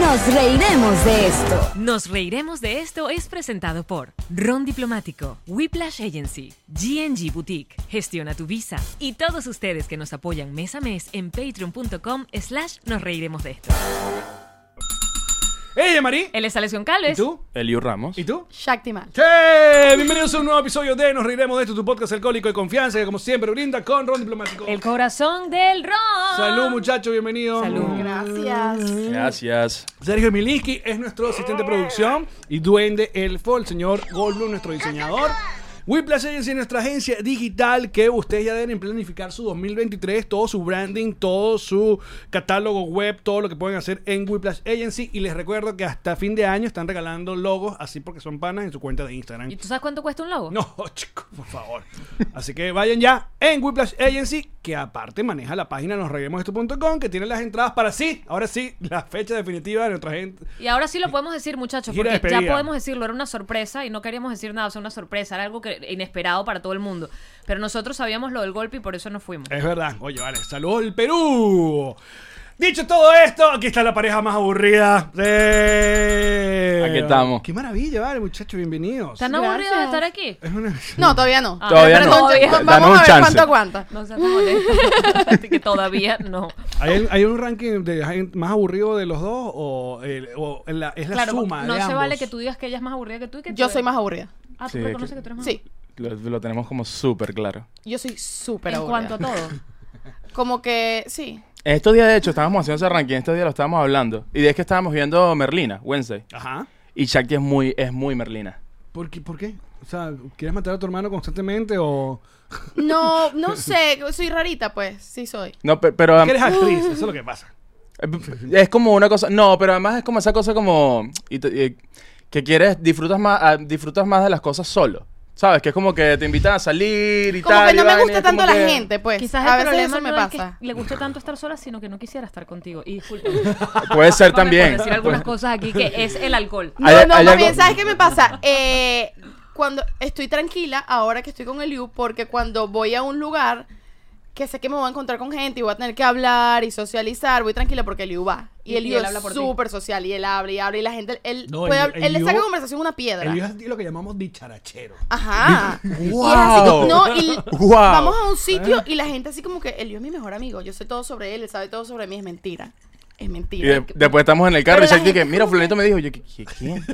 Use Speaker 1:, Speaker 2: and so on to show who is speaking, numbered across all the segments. Speaker 1: Nos reiremos de esto.
Speaker 2: Nos reiremos de esto es presentado por Ron Diplomático, Whiplash Agency, GNG Boutique, Gestiona tu Visa y todos ustedes que nos apoyan mes a mes en patreon.com slash nos reiremos de esto.
Speaker 3: ¡Hey, Marí!
Speaker 2: Él es Alexion
Speaker 3: ¿Y
Speaker 2: Calves.
Speaker 3: tú?
Speaker 4: Eliu Ramos.
Speaker 3: ¿Y tú?
Speaker 5: Shaktimal.
Speaker 3: ¡Che! Bienvenidos a un nuevo episodio de Nos Reiremos de esto, tu podcast alcohólico de confianza que como siempre brinda con Ron Diplomático.
Speaker 2: El corazón del Ron.
Speaker 3: Salud, muchachos, bienvenido.
Speaker 2: Salud.
Speaker 5: Gracias.
Speaker 4: Gracias.
Speaker 3: Sergio Miliski es nuestro asistente de producción y duende Elfo, el señor Goldblum, nuestro diseñador. Whiplash Agency, nuestra agencia digital que ustedes ya deben planificar su 2023, todo su branding, todo su catálogo web, todo lo que pueden hacer en Whiplash Agency. Y les recuerdo que hasta fin de año están regalando logos, así porque son panas, en su cuenta de Instagram.
Speaker 2: ¿Y tú sabes cuánto cuesta un logo?
Speaker 3: No, chicos, por favor. Así que vayan ya en Whiplash Agency, que aparte maneja la página nosreguemosesto.com, que tiene las entradas para sí, ahora sí, la fecha definitiva de nuestra gente.
Speaker 2: Y ahora sí lo podemos decir, muchachos,
Speaker 3: Gira
Speaker 2: porque ya
Speaker 3: despedida.
Speaker 2: podemos decirlo. Era una sorpresa y no queríamos decir nada. O sea, una sorpresa, era algo que, inesperado para todo el mundo. Pero nosotros sabíamos lo del golpe y por eso nos fuimos.
Speaker 3: Es verdad. Oye, vale, saludos al Perú. Dicho todo esto, aquí está la pareja más aburrida. Sí. Aquí
Speaker 4: estamos.
Speaker 3: Qué maravilla, vale, muchachos, bienvenidos.
Speaker 2: ¿Están aburridos de
Speaker 5: Gracias.
Speaker 2: estar aquí?
Speaker 3: Es una-
Speaker 5: No, todavía no.
Speaker 2: Ah, Todavía
Speaker 5: Pero
Speaker 2: no.
Speaker 5: con-
Speaker 2: Todavía.
Speaker 4: Danos un
Speaker 5: con- Vamos a ver
Speaker 4: chance.
Speaker 5: cuánto aguanta.
Speaker 2: No se molestos. que todavía no.
Speaker 3: ¿Hay, un- hay un ranking de gente más aburrido de los dos o, el- o en la- es la
Speaker 2: Claro,
Speaker 3: suma
Speaker 2: no
Speaker 3: de
Speaker 2: se
Speaker 3: ambos?
Speaker 2: vale que tú digas que ella es más aburrida que tú y que tú
Speaker 5: Yo
Speaker 2: eres-
Speaker 5: soy más aburrida.
Speaker 2: Ah, tú
Speaker 4: Sí,
Speaker 2: reconoces
Speaker 4: que-
Speaker 2: que tú eres más
Speaker 5: Sí,
Speaker 4: Lo, lo tenemos como súper claro.
Speaker 5: yo soy súper
Speaker 2: En
Speaker 5: aburrida.
Speaker 2: cuanto a todo.
Speaker 5: Pues, Como que, sí.
Speaker 4: En estos días, de hecho, estábamos haciendo ese ranking. Estos días lo estábamos hablando. Y es que estábamos viendo Merlina, Wednesday.
Speaker 3: Ajá.
Speaker 4: Y Shakti es muy, es muy Merlina.
Speaker 3: ¿Por qué, ¿Por qué? O sea, ¿quieres matar a tu hermano constantemente o...?
Speaker 5: No, no sé. Soy rarita, pues. Sí soy.
Speaker 4: No, pe- pero. eh,
Speaker 3: Que eres actriz, eso es lo que pasa.
Speaker 4: Es como una cosa, no, pero además es como esa cosa como y te- y que quieres disfrutas más ah, disfrutas más de las cosas solo. ¿Sabes? Que es como que te invitan a salir y
Speaker 5: Como
Speaker 4: tal.
Speaker 5: que no
Speaker 4: y
Speaker 5: me
Speaker 4: vaina,
Speaker 5: gusta
Speaker 4: es como
Speaker 5: tanto la
Speaker 4: que-
Speaker 5: gente, pues.
Speaker 2: Quizás
Speaker 5: a
Speaker 2: el
Speaker 5: veces
Speaker 2: problema
Speaker 5: eso me
Speaker 2: no es que
Speaker 5: pasa.
Speaker 2: le gustó tanto estar sola, sino que no quisiera estar contigo. Y discúlpame.
Speaker 4: Puede ser
Speaker 2: Discúlpame
Speaker 4: también.
Speaker 2: Por decir algunas cosas aquí que es el alcohol.
Speaker 5: No,
Speaker 4: Hay-
Speaker 5: no,
Speaker 4: hay
Speaker 5: más
Speaker 4: algo-
Speaker 5: bien, ¿sabes qué me pasa? Eh, cuando estoy tranquila, ahora que estoy con el Liu, porque cuando voy a un lugar que sé que me voy a encontrar con gente y voy a tener que hablar y socializar, voy tranquila porque el Liu va. Y,
Speaker 2: Y-
Speaker 5: el
Speaker 2: y
Speaker 5: Liu
Speaker 2: él habla por
Speaker 5: es
Speaker 2: ti.
Speaker 5: súper social y él habla y habla y la gente, él,
Speaker 3: No,
Speaker 5: puede
Speaker 3: el-
Speaker 5: hab-
Speaker 3: el
Speaker 5: él le
Speaker 3: Liu-
Speaker 5: saca conversación a una piedra.
Speaker 3: El es lo que llamamos dicharachero.
Speaker 5: Ajá. Y es así
Speaker 4: ¡Wow!
Speaker 5: como- no, y
Speaker 4: Wow.
Speaker 5: vamos a un sitio
Speaker 3: Eh.
Speaker 5: y la gente así como que el Liu es mi mejor amigo, yo sé todo sobre él, él sabe todo sobre mí, es mentira. Es
Speaker 4: Y em-
Speaker 5: mentira.
Speaker 4: de- después estamos en el carro
Speaker 5: Pero
Speaker 4: y
Speaker 5: la
Speaker 4: Shakti que,
Speaker 5: gente-
Speaker 4: mira, fulanito me dijo, yo, "¿Qué- qué- ¿quién?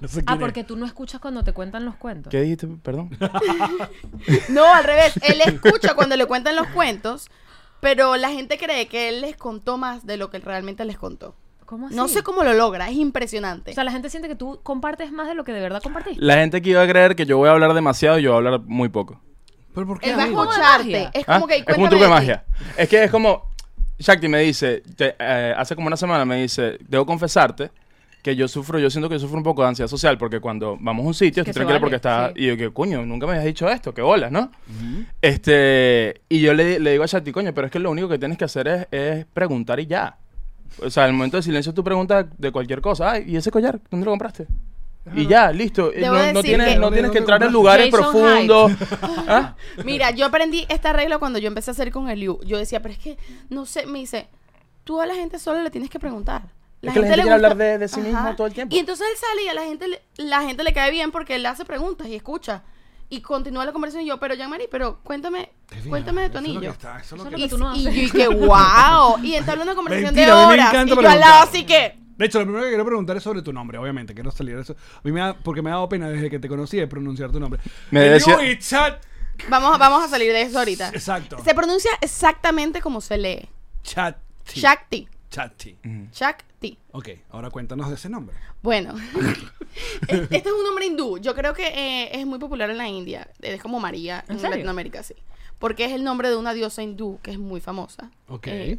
Speaker 3: No sé
Speaker 2: Ah, porque tú no escuchas cuando te cuentan los cuentos.
Speaker 4: ¿Qué dijiste? Perdón.
Speaker 5: No, al revés. Él escucha cuando le cuentan los cuentos, pero la gente cree que él les contó más de lo que él realmente les contó.
Speaker 2: ¿Cómo así?
Speaker 5: No sé cómo lo logra, es impresionante.
Speaker 2: O sea, la gente siente que tú compartes más de lo que de verdad compartiste.
Speaker 4: La gente que iba a creer que yo voy a hablar demasiado y yo voy a hablar muy poco.
Speaker 3: ¿Pero por qué?
Speaker 5: él va a
Speaker 2: amigo?
Speaker 5: escucharte. Es
Speaker 4: ¿Ah?
Speaker 5: como que.
Speaker 4: es como un
Speaker 5: cuéntame
Speaker 4: truco de
Speaker 5: ti.
Speaker 4: magia. Es que es como. Shakti me dice, te- eh, hace como una semana me dice, debo confesarte que yo sufro, yo siento que yo sufro un poco de ansiedad social porque cuando vamos a un sitio
Speaker 2: Que
Speaker 4: estoy
Speaker 2: se
Speaker 4: tranquila
Speaker 2: vale,
Speaker 4: porque está.
Speaker 2: sí.
Speaker 4: Y yo, que coño, nunca me habías dicho esto, que bolas, ¿no? Este. Y yo le, le digo a Shakti, coño, pero es que lo único que tienes que hacer es, es preguntar y ya. O sea, en el momento de silencio tú preguntas de cualquier cosa. Ay, ¿y ese collar? ¿Dónde lo compraste? Y ya, listo. Y
Speaker 5: Debo
Speaker 4: no, no
Speaker 5: decir
Speaker 4: tienes,
Speaker 5: que-
Speaker 4: no tienes que entrar en
Speaker 3: Jason
Speaker 4: lugares
Speaker 2: Hyde.
Speaker 4: profundos. ¿Ah?
Speaker 5: Mira, yo aprendí esta regla cuando yo empecé a hacer con el Liu. Yo decía, pero es que, no sé, me dice, tú a la gente solo le tienes que preguntar.
Speaker 4: Es que la gente quiere hablar de- de sí mismo todo el tiempo.
Speaker 5: Y entonces él sale y a la gente, le- la gente le cae bien porque él le hace preguntas y escucha. Y continúa la conversación. Y yo, pero Jean-Marie, pero cuéntame, cuéntame de tu anillo.
Speaker 2: Eso es lo
Speaker 5: Y,
Speaker 2: que tú no
Speaker 5: y yo
Speaker 2: haces.
Speaker 5: dije, wow. Y entabla una conversación
Speaker 3: Mentira, a mí
Speaker 5: de
Speaker 3: me
Speaker 5: horas.
Speaker 3: encanta
Speaker 5: y yo
Speaker 3: preguntar.
Speaker 5: al lado, así que.
Speaker 3: De hecho, lo primero que quiero preguntar es sobre tu nombre, obviamente. Quiero salir de eso. A mí me da, porque me ha dado pena desde que te conocí de pronunciar tu nombre.
Speaker 4: Me
Speaker 3: El
Speaker 4: decía-
Speaker 3: Louis Chat-
Speaker 5: Vamos, a- vamos a salir de eso ahorita.
Speaker 3: Exacto.
Speaker 5: Se pronuncia exactamente como se lee.
Speaker 3: Chatti.
Speaker 5: Shakti.
Speaker 3: Chatti.
Speaker 5: Shakti.
Speaker 3: Ok, ahora cuéntanos de ese nombre.
Speaker 5: Bueno. Es- este es un nombre hindú. Yo creo que eh, es muy popular en la India. Es como María en,
Speaker 2: ¿En serio?
Speaker 5: Latinoamérica, sí. Porque es el nombre de una diosa hindú que es muy famosa.
Speaker 3: Ok.
Speaker 5: Eh,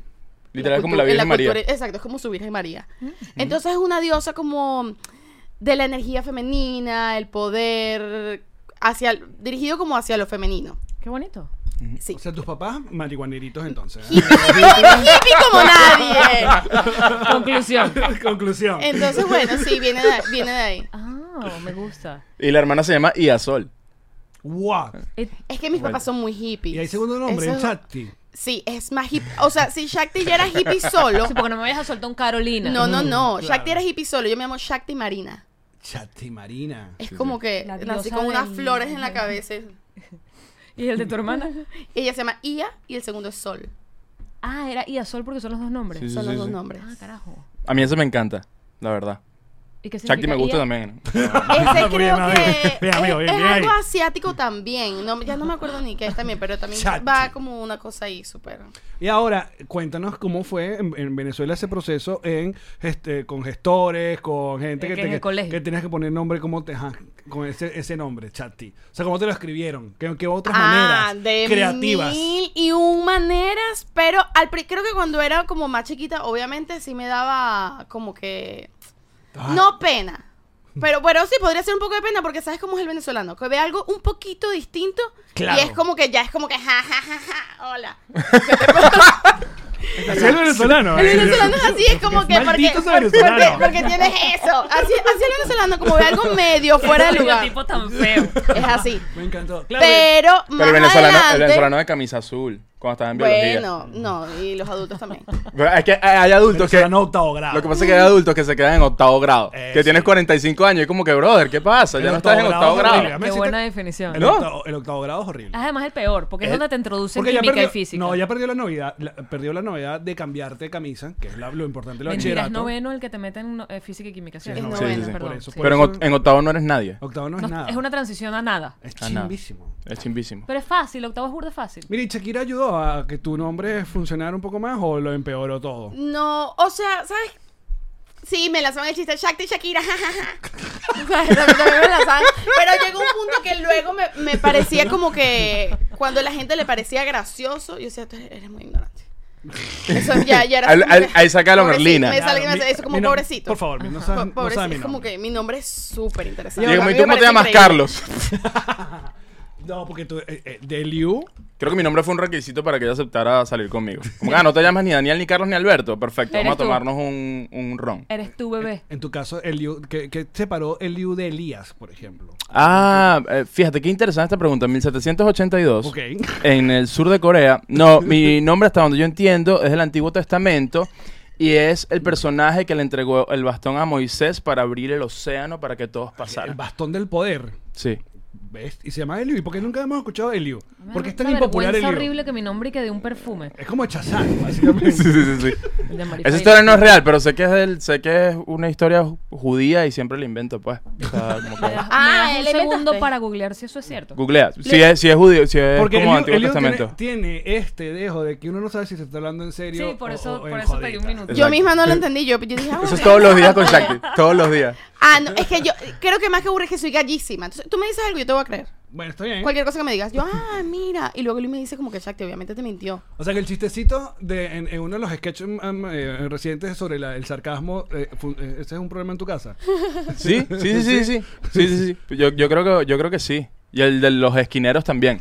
Speaker 4: Literal como la
Speaker 5: cultu- en
Speaker 4: Virgen María.
Speaker 5: cultura- exacto, es como su Virgen María. Entonces es una diosa como de la energía femenina, el poder, hacia el- dirigido como hacia lo femenino.
Speaker 2: Qué bonito.
Speaker 5: Sí.
Speaker 3: O sea, tus papás marihuaneritos entonces. ¿eh?
Speaker 5: Hippie como nadie.
Speaker 2: Conclusión.
Speaker 3: Conclusión.
Speaker 5: Entonces, bueno, sí, viene de, viene de ahí.
Speaker 2: Ah, me gusta.
Speaker 4: Y la hermana se llama Iasol.
Speaker 3: What?
Speaker 2: Eh,
Speaker 5: Es que mis
Speaker 4: Bueno.
Speaker 5: papás son muy hippies.
Speaker 3: Y hay segundo nombre,
Speaker 5: Eso-
Speaker 3: Chatti.
Speaker 5: Sí, es más hippie. O sea, si Shakti ya era hippie solo.
Speaker 2: Sí, porque no me vayas a soltar un Carolina.
Speaker 5: No, no, no.
Speaker 3: claro.
Speaker 5: Shakti era hippie solo. Yo me llamo Shakti Marina.
Speaker 3: Chati Marina.
Speaker 5: Es como que
Speaker 2: La
Speaker 5: nací
Speaker 2: diosa
Speaker 5: con unas
Speaker 2: del-
Speaker 5: flores en la cabeza. Y
Speaker 2: ¿Y el de tu hermana?
Speaker 5: ella se llama Ia y el segundo es Sol.
Speaker 2: Ah, era Ia Sol porque son los dos nombres.
Speaker 4: Sí, sí,
Speaker 5: Son los
Speaker 4: sí,
Speaker 5: dos
Speaker 4: sí.
Speaker 5: nombres.
Speaker 2: Ah, carajo.
Speaker 4: A mí eso me encanta, la verdad.
Speaker 2: ¿Y qué
Speaker 4: Shakti me
Speaker 2: significa
Speaker 4: gusta
Speaker 2: Ia?
Speaker 4: también.
Speaker 5: Ese
Speaker 3: Ah, Bien,
Speaker 5: creo
Speaker 3: amigo,
Speaker 5: que
Speaker 3: bien, amigo,
Speaker 5: es,
Speaker 3: bien,
Speaker 5: es
Speaker 3: bien
Speaker 5: algo
Speaker 3: ahí.
Speaker 5: asiático también. No, ya no me acuerdo ni qué es también, pero también
Speaker 3: Shakti.
Speaker 5: va como una cosa ahí súper.
Speaker 3: Y ahora, cuéntanos cómo fue en, en Venezuela ese proceso en este, con gestores, con gente
Speaker 2: Eh,
Speaker 3: que,
Speaker 2: que
Speaker 3: te-
Speaker 2: en el colegio.
Speaker 3: que tenías que poner nombre como te, ajá, con ese, ese nombre, Chati. O sea, cómo te lo escribieron, qué, qué otras
Speaker 5: Ah,
Speaker 3: maneras
Speaker 5: de
Speaker 3: creativas.
Speaker 5: mil y un maneras, pero al pri- creo que cuando era como más chiquita, obviamente sí me daba como que
Speaker 3: Ah,
Speaker 5: No pena. Pero bueno, sí, podría ser un poco de pena porque sabes cómo es el venezolano, que ve algo un poquito distinto
Speaker 3: Claro.
Speaker 5: y es como que ya es como que ja, ja, ja, ja, hola.
Speaker 3: así el venezolano.
Speaker 5: El
Speaker 3: ¿eh?
Speaker 5: venezolano es así, es como que porque,
Speaker 3: Maldito ese
Speaker 5: por-
Speaker 3: venezolano.
Speaker 5: porque- porque tienes eso. Así, así el venezolano como ve algo medio fuera de
Speaker 2: Qué
Speaker 5: lugar.
Speaker 2: tipo tan feo.
Speaker 5: Es así.
Speaker 3: Me encantó. Claro,
Speaker 5: Pero,
Speaker 4: Pero el
Speaker 5: más
Speaker 4: venezolano, el
Speaker 5: adelante-
Speaker 4: venezolano de camisa azul, cuando estaba en biología.
Speaker 5: bueno, no, y los adultos también.
Speaker 4: Pero es que hay hay adultos que...
Speaker 3: venezolano octavo grado.
Speaker 4: Lo que pasa es que hay adultos que se quedan en octavo grado.
Speaker 3: Eh,
Speaker 4: que
Speaker 3: sí.
Speaker 4: tienes 45 años y como que, brother, ¿qué pasa?
Speaker 3: El
Speaker 4: Ya no estás en
Speaker 3: octavo
Speaker 4: octavo
Speaker 3: grado es
Speaker 4: grado.
Speaker 3: horrible. Me
Speaker 2: Qué
Speaker 3: hiciste-
Speaker 2: buena definición.
Speaker 3: el,
Speaker 4: ¿No?
Speaker 3: octavo, el octavo grado es horrible.
Speaker 2: Es además el peor, porque es,
Speaker 3: Es-
Speaker 2: donde te introducen
Speaker 3: Porque ya
Speaker 2: Ah, química
Speaker 3: perdió,
Speaker 2: y física.
Speaker 3: no, ya perdió la novedad, la- perdió la novedad de cambiarte de camisa, que es la- lo importante del
Speaker 2: Mentira, es
Speaker 3: bachillerato.
Speaker 2: noveno el que te meten no- eh, física y química.
Speaker 3: Es
Speaker 2: ¿cierto?
Speaker 5: noveno. Sí, sí, sí.
Speaker 2: Perdón,
Speaker 3: Por eso,
Speaker 2: sí.
Speaker 3: por
Speaker 5: Pues
Speaker 4: Pero en, oct- en octavo no eres nadie.
Speaker 3: Octavo no es
Speaker 2: No,
Speaker 3: nada. Eh.
Speaker 2: es una transición a nada.
Speaker 3: Es
Speaker 4: Ah, nada.
Speaker 3: chimbísimo.
Speaker 4: Es chimbísimo.
Speaker 2: Pero es fácil, octavo es burda fácil.
Speaker 3: Mira, ¿y Shakira ayudó a que tu nombre funcionara un poco más o lo empeoró todo?
Speaker 5: No, o sea, ¿sabes? Sí, me lanzaban el chiste Shakti y Shakira. ja, ja, ja. O sea, también- también me lanzaban. Pero llegó un punto que luego me, me parecía como que cuando la gente le parecía gracioso, yo decía, tú eres muy ignorante. Eso ya, ya era.
Speaker 4: Al-
Speaker 5: como
Speaker 4: al-
Speaker 5: que-
Speaker 4: ahí saca la
Speaker 5: pobrecito,
Speaker 4: Merlina.
Speaker 5: Me salí y me
Speaker 3: Claro,
Speaker 5: hacía
Speaker 3: mi-
Speaker 5: eso como
Speaker 3: mi nom-
Speaker 5: pobrecito.
Speaker 3: Por favor, mi- no
Speaker 5: Po-
Speaker 3: sabes, no
Speaker 5: pobrecito,
Speaker 3: sabes mi
Speaker 5: es como
Speaker 3: nombre.
Speaker 5: que mi nombre es súper interesante.
Speaker 4: Digo,
Speaker 5: A mí
Speaker 4: ¿y ¿Tú cómo
Speaker 5: me
Speaker 4: te
Speaker 5: parece
Speaker 4: llamas
Speaker 5: increíble.
Speaker 4: Carlos?
Speaker 3: No, porque tú, eh, eh, de Liu,
Speaker 4: Creo que mi nombre fue un requisito para que ella aceptara salir conmigo. Como que, ah, no te llamas ni Daniel, ni Carlos, ni Alberto. Perfecto,
Speaker 2: Eres
Speaker 4: vamos a
Speaker 2: tú.
Speaker 4: tomarnos un, un ron.
Speaker 2: Eres tú, bebé.
Speaker 3: en tu caso, el Liu, que, que separó el Liu de Elías, por ejemplo.
Speaker 4: Ah, eh, fíjate qué interesante esta pregunta. En 1782,
Speaker 3: Ok.
Speaker 4: en el sur de Corea, no, mi nombre hasta donde yo entiendo es del Antiguo Testamento y es el personaje que le entregó el bastón a Moisés para abrir el océano para que todos
Speaker 3: El
Speaker 4: pasaran.
Speaker 3: bastón del poder.
Speaker 4: Sí.
Speaker 3: ¿Ves? Y se llama Eliu. ¿Y por qué nunca hemos escuchado Eliu?
Speaker 2: Me
Speaker 3: Porque
Speaker 2: da
Speaker 3: es tan
Speaker 2: una
Speaker 3: impopular
Speaker 2: vergüenza
Speaker 3: Eliu.
Speaker 2: horrible que mi nombre y que de un perfume.
Speaker 3: Es como Chazán, básicamente.
Speaker 4: Sí, sí, sí, sí.
Speaker 2: El de Marifaila.
Speaker 4: Esa historia no es real, pero sé que es del- sé que es una historia ju- judía y siempre la invento, pues. O sea, como
Speaker 2: Me
Speaker 4: que-
Speaker 2: das,
Speaker 5: Ah,
Speaker 2: me das
Speaker 5: ¿le
Speaker 2: un segundo
Speaker 5: inventaste?
Speaker 2: para googlear si eso es cierto.
Speaker 4: Googlea. Si es, si es judío, si es
Speaker 3: Porque
Speaker 4: como
Speaker 3: Eliu,
Speaker 4: Antiguo
Speaker 3: Eliu
Speaker 4: Testamento.
Speaker 3: tiene, tiene este dejo de que uno no sabe si se está hablando en serio.
Speaker 2: Sí, por
Speaker 3: o-
Speaker 2: eso-
Speaker 3: o en
Speaker 2: por eso pedí un
Speaker 3: jodita.
Speaker 2: minuto.
Speaker 5: Yo
Speaker 4: Exacto.
Speaker 5: misma no lo entendí. Yo, yo dije, ah,
Speaker 4: Eso es
Speaker 5: bueno.
Speaker 4: todos los días con Shakti. Todos los días.
Speaker 5: Ah, no, es que yo creo que más que aburre es que soy gallísima. Entonces, tú me dices algo y yo te voy a creer.
Speaker 3: Bueno, está
Speaker 4: ¿Eh?
Speaker 3: bien.
Speaker 5: Cualquier cosa que me digas, yo, ah, mira. Y luego Luis me dice como que Shakti obviamente te mintió.
Speaker 3: O sea que el chistecito de, en, en uno de los sketches um, eh, recientes sobre la- el sarcasmo, eh, fu- eh, ese es un problema en tu casa.
Speaker 4: Sí, sí, sí, sí, sí. Sí, sí, sí. Yo, yo creo que, yo creo que sí. Y el de los esquineros también.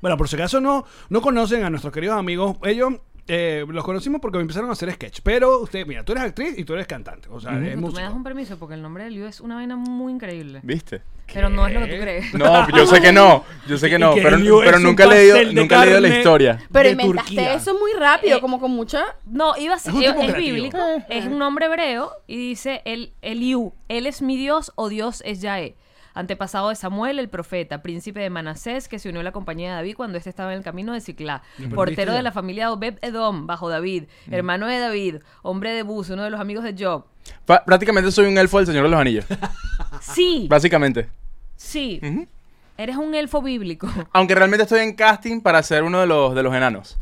Speaker 3: Bueno, por si acaso no, no conocen a nuestros queridos amigos, ellos eh, los conocimos porque empezaron a hacer sketch. Pero usted, mira, tú eres actriz y tú eres cantante. O sea, es
Speaker 2: No, tú me
Speaker 3: músico.
Speaker 2: das un permiso porque el nombre de Liu es una vaina muy increíble.
Speaker 4: ¿Viste?
Speaker 2: Pero no es lo que tú crees.
Speaker 4: No, yo sé que no. Yo sé que no.
Speaker 3: Y que
Speaker 4: Pero,
Speaker 3: Eliu
Speaker 4: pero
Speaker 3: es
Speaker 4: nunca he
Speaker 3: un
Speaker 4: leído,
Speaker 3: pastel de
Speaker 4: nunca he leído la
Speaker 3: carne.
Speaker 4: historia.
Speaker 5: Pero
Speaker 3: de
Speaker 5: inventaste
Speaker 3: Turquía.
Speaker 5: eso muy rápido,
Speaker 2: Eh,
Speaker 5: como con mucha.
Speaker 2: No, iba a
Speaker 3: Es
Speaker 2: ser,
Speaker 3: un
Speaker 2: es,
Speaker 3: tipo
Speaker 2: es
Speaker 3: creativo. Eh.
Speaker 2: bíblico, es un nombre hebreo y dice el Eliú, él es mi Dios o Dios es Yahé. Antepasado de Samuel, el profeta, príncipe de Manasés, que se unió a la compañía de David cuando éste estaba en el camino de Ciclá, portero
Speaker 3: ya. Mm.
Speaker 2: de la familia de Obed Edom, bajo David, hermano de David, hombre de Bus, uno de los amigos de Job.
Speaker 4: Pa- prácticamente soy un elfo del Señor de los Anillos.
Speaker 3: Ah,
Speaker 2: Sí,
Speaker 4: Básicamente.
Speaker 2: sí,
Speaker 4: Ujú.
Speaker 2: eres un elfo bíblico.
Speaker 4: Aunque realmente estoy en casting para ser uno de los, de los enanos.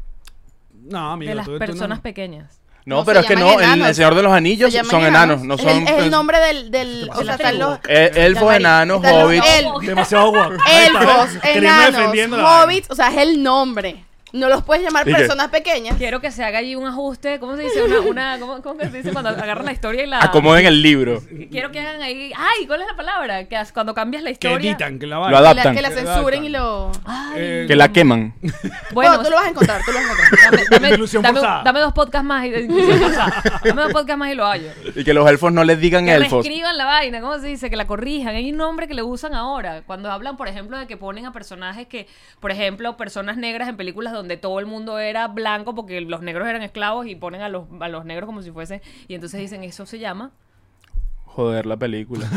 Speaker 3: No, amigo,
Speaker 2: de las
Speaker 3: tú- tú no-
Speaker 2: personas pequeñas.
Speaker 4: No,
Speaker 5: No,
Speaker 4: pero
Speaker 5: se
Speaker 4: es que
Speaker 5: llaman
Speaker 4: no, en
Speaker 5: enanos.
Speaker 4: el Señor de los Anillos
Speaker 5: se llaman
Speaker 4: son enanos, no
Speaker 5: Es
Speaker 4: son pues,
Speaker 5: el- Es el nombre del. del o sea,
Speaker 2: la
Speaker 5: están los.
Speaker 4: Eh, elfos,
Speaker 5: Llamarín.
Speaker 4: enanos,
Speaker 5: Están los
Speaker 4: hobbits.
Speaker 5: el-
Speaker 3: Demasiado guapo. Ahí está, ¿ves?
Speaker 5: Elfos,
Speaker 3: Queriendo
Speaker 5: enanos,
Speaker 3: defendiendo la vaina.
Speaker 5: hobbits. O sea, es el nombre. No los puedes llamar
Speaker 4: Dije.
Speaker 5: personas pequeñas.
Speaker 2: Quiero que se haga allí un ajuste, ¿cómo se dice? Una, una, ¿cómo, cómo que se dice cuando agarran la historia y la...
Speaker 4: Acomoden el libro.
Speaker 2: Quiero que hagan ahí. ¡Ay! ¿Cuál es la palabra? Que as- cuando cambias la
Speaker 3: Que
Speaker 2: historia.
Speaker 3: editan, que la
Speaker 4: Lo
Speaker 3: vaina.
Speaker 5: Que
Speaker 4: adaptan.
Speaker 5: la, que la censuren y lo.
Speaker 2: Ay,
Speaker 3: Eh,
Speaker 4: Que la queman.
Speaker 2: Bueno,
Speaker 5: no, tú lo vas a encontrar, tú lo vas a encontrar.
Speaker 2: dame, dame-
Speaker 3: Inclusión
Speaker 2: dame-
Speaker 3: forzada.
Speaker 2: dame dos podcasts más. y- inclusión forzada. Dame dos podcasts más y lo hallo.
Speaker 4: Y que los elfos no les digan
Speaker 2: Que
Speaker 4: elfos.
Speaker 2: reescriban la vaina, ¿cómo se dice? Que la corrijan. Hay un nombre que le usan ahora. Cuando hablan, por ejemplo, de que ponen a personajes que, por ejemplo, personas negras en películas donde todo el mundo era blanco porque los negros eran esclavos y ponen a los, a los negros como si fuesen. Y entonces dicen, eso se llama.
Speaker 4: Joder la película.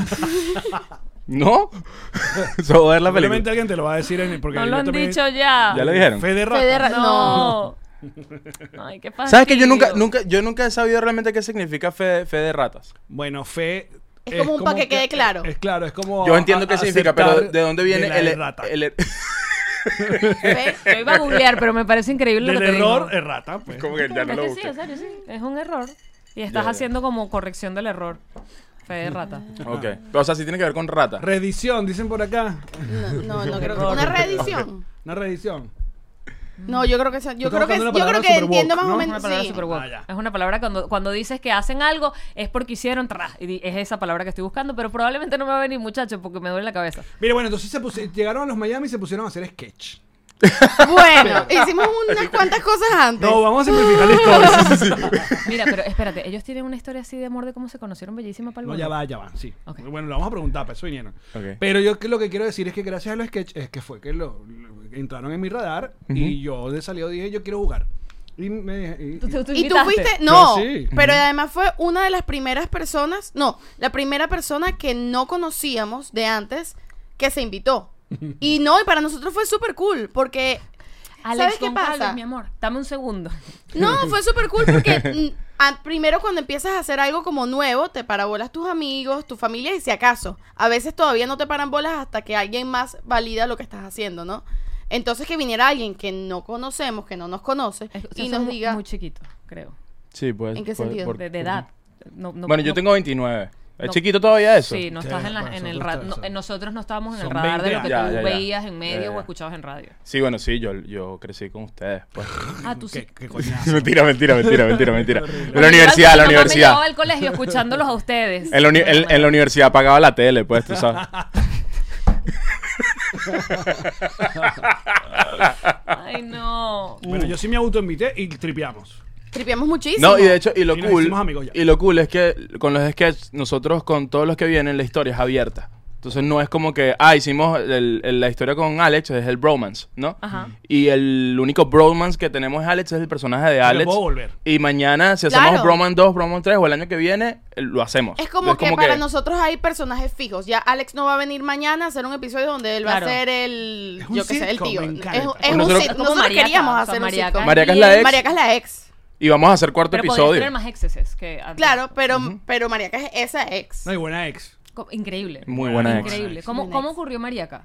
Speaker 4: ¿No? Eso, joder la
Speaker 3: Probablemente
Speaker 4: película.
Speaker 3: alguien te lo va a decir en porque
Speaker 2: No
Speaker 3: yo
Speaker 2: lo han
Speaker 3: también-
Speaker 2: dicho ya.
Speaker 4: Ya le dijeron.
Speaker 3: Fede Rata.
Speaker 5: Federal- No.
Speaker 2: No. Ay, qué fastidio.
Speaker 4: ¿Sabes que yo nunca, nunca, yo nunca he sabido realmente qué significa fe, fe de ratas?
Speaker 3: Bueno, fe.
Speaker 5: Es como un pa' que quede claro.
Speaker 3: Es claro, es como.
Speaker 4: Yo entiendo qué
Speaker 3: a-
Speaker 4: significa, pero
Speaker 3: aceptar
Speaker 4: ¿de dónde
Speaker 3: de
Speaker 4: viene
Speaker 3: la
Speaker 4: el, e-,
Speaker 3: errata?
Speaker 4: el- el-
Speaker 5: Fe-
Speaker 2: Yo iba a googlear, pero me parece increíble
Speaker 3: Del
Speaker 2: lo que dijo.
Speaker 3: error, errata. Pues.
Speaker 4: Como que ya no
Speaker 2: Es
Speaker 4: lo
Speaker 2: que sí,
Speaker 4: busqué.
Speaker 2: en serio, sí. Es un error. Y estás
Speaker 4: ya.
Speaker 2: haciendo como corrección del error. Fe de rata.
Speaker 5: Ah.
Speaker 4: Ok. O sea, sí tiene que ver con rata.
Speaker 3: Reedición, dicen por acá.
Speaker 5: No, no, no creo que. Una reedición.
Speaker 3: Una reedición.
Speaker 5: No, yo creo que sea- yo
Speaker 3: Tú estás
Speaker 5: creo que
Speaker 3: buscando una
Speaker 5: yo creo
Speaker 3: palabra
Speaker 5: que
Speaker 3: super woke,
Speaker 5: entiendo más
Speaker 3: ¿no?
Speaker 5: o
Speaker 2: Es una
Speaker 5: menos.
Speaker 2: palabra
Speaker 5: sí.
Speaker 2: super woke.
Speaker 3: Ah, ya.
Speaker 2: es una palabra cuando, cuando dices que hacen algo es porque hicieron tra, y di- es esa palabra que estoy buscando, pero probablemente no me va a venir muchacho porque me duele la cabeza.
Speaker 3: Mira, bueno, entonces se pusi- llegaron a los Miami y se pusieron a hacer sketch.
Speaker 5: Bueno, hicimos unas cuantas cosas antes.
Speaker 3: No, vamos a simplificar la historia.
Speaker 2: Mira, pero espérate, ellos tienen una historia así de amor de cómo se conocieron bellísima para
Speaker 3: No, ya va, ya va, sí.
Speaker 2: Ok.
Speaker 3: Bueno, lo vamos a preguntar, pero eso vinieron.
Speaker 4: Ok.
Speaker 3: Pero yo que lo que quiero decir es que gracias a los sketch es que fue que lo, lo- entraron en mi radar y yo de salido dije, yo quiero jugar. Y me dije, y-
Speaker 5: Y tú fuiste,
Speaker 3: Yo
Speaker 5: no,
Speaker 3: sí.
Speaker 5: pero además fue una de las primeras personas, no, la primera persona que no conocíamos de antes que se invitó. Y no, y para nosotros fue súper cool, porque,
Speaker 2: Alex
Speaker 5: ¿sabes qué
Speaker 2: Goncalves,
Speaker 5: pasa?
Speaker 2: mi amor, dame un segundo.
Speaker 5: No, fue súper cool porque mm, a- primero cuando empiezas a hacer algo como nuevo, te parabolas tus amigos, tu familia y si acaso. A veces todavía no te paran bolas hasta que alguien más valida lo que estás haciendo, ¿no? Entonces que viniera alguien que no conocemos, que no nos conoce
Speaker 2: Es- ustedes
Speaker 5: y
Speaker 2: son
Speaker 5: nos
Speaker 2: mu-
Speaker 5: diga...
Speaker 2: Muy chiquito, creo.
Speaker 4: Sí, pues.
Speaker 5: ¿En qué
Speaker 4: pues,
Speaker 5: sentido?
Speaker 4: por-
Speaker 2: De, de edad. No- no-
Speaker 4: Bueno, yo
Speaker 2: no-
Speaker 4: tengo 29. ¿Es
Speaker 2: No.
Speaker 4: chiquito todavía eso?
Speaker 2: Sí, no
Speaker 3: Sí,
Speaker 2: estás en, la-
Speaker 3: bueno,
Speaker 2: en el
Speaker 3: nosotros
Speaker 2: ra-
Speaker 3: está-
Speaker 2: no- eh, nosotros no estábamos en el
Speaker 3: Son
Speaker 2: radar de lo
Speaker 3: 20
Speaker 2: que
Speaker 4: años.
Speaker 2: tú
Speaker 4: Ya, ya, ya.
Speaker 2: veías en medios
Speaker 4: Ya, ya.
Speaker 2: o escuchabas en radio.
Speaker 4: Sí, bueno, sí, yo, yo crecí con ustedes. Pues.
Speaker 2: Ah, tú sí.
Speaker 3: ¿Qué, qué coñazo?
Speaker 4: mentira, mentira, mentira, mentira, mentira.
Speaker 2: Lo
Speaker 4: En
Speaker 2: que
Speaker 4: la
Speaker 2: yo
Speaker 4: universidad,
Speaker 2: hacía,
Speaker 4: la
Speaker 2: mi mamá Me
Speaker 4: universidad.
Speaker 2: llevaba al colegio escuchándolos a ustedes.
Speaker 4: En la, uni- en- en la universidad apagaba la tele, pues, tú sabes.
Speaker 2: Ay, no.
Speaker 3: Bueno, yo sí me autoinvité y tripeamos.
Speaker 5: Tripeamos muchísimo.
Speaker 4: No, y de hecho, y lo
Speaker 3: Y nos
Speaker 4: cool.
Speaker 3: hicimos amigos ya.
Speaker 4: Y lo cool es que con los sketches, nosotros con todos los que vienen, la historia es abierta. Entonces no es como que, ah, hicimos el- el- la historia con Alex, es el bromance, ¿no?
Speaker 2: Ajá.
Speaker 4: Y el único bromance que tenemos es Alex, es el personaje de Alex.
Speaker 3: puedo volver.
Speaker 4: Y mañana, si
Speaker 5: Claro.
Speaker 4: hacemos bromance 2, bromance 3 o el año que viene, eh, lo hacemos.
Speaker 5: Es como que
Speaker 4: Entonces,
Speaker 5: para nosotros hay personajes fijos. Ya Alex no va a venir mañana a hacer un episodio donde él
Speaker 2: Claro.
Speaker 5: va a ser el.
Speaker 3: Es un
Speaker 5: yo qué sé, el
Speaker 3: sitcom,
Speaker 5: tío.
Speaker 3: me
Speaker 5: Es,
Speaker 3: encanta.
Speaker 5: es un
Speaker 4: Como nosotros-
Speaker 5: sit-
Speaker 2: Es como
Speaker 5: Nosotros
Speaker 2: Mariaca,
Speaker 5: queríamos
Speaker 2: o sea,
Speaker 5: hacer
Speaker 2: Mariaca.
Speaker 5: un sitcom.
Speaker 4: Mariaca es la ex.
Speaker 5: Mariaca es la ex.
Speaker 4: Y vamos a hacer cuarto
Speaker 2: Pero podrías
Speaker 4: episodio.
Speaker 2: tener más exceses que antes.
Speaker 5: Claro, pero, pero Mariaca es esa ex.
Speaker 3: No hay buena ex.
Speaker 2: Co- Increíble.
Speaker 4: Muy buena ex.
Speaker 2: Increíble. ¿Cómo,
Speaker 5: Buena
Speaker 2: cómo
Speaker 5: ex.
Speaker 2: ocurrió Mariaca?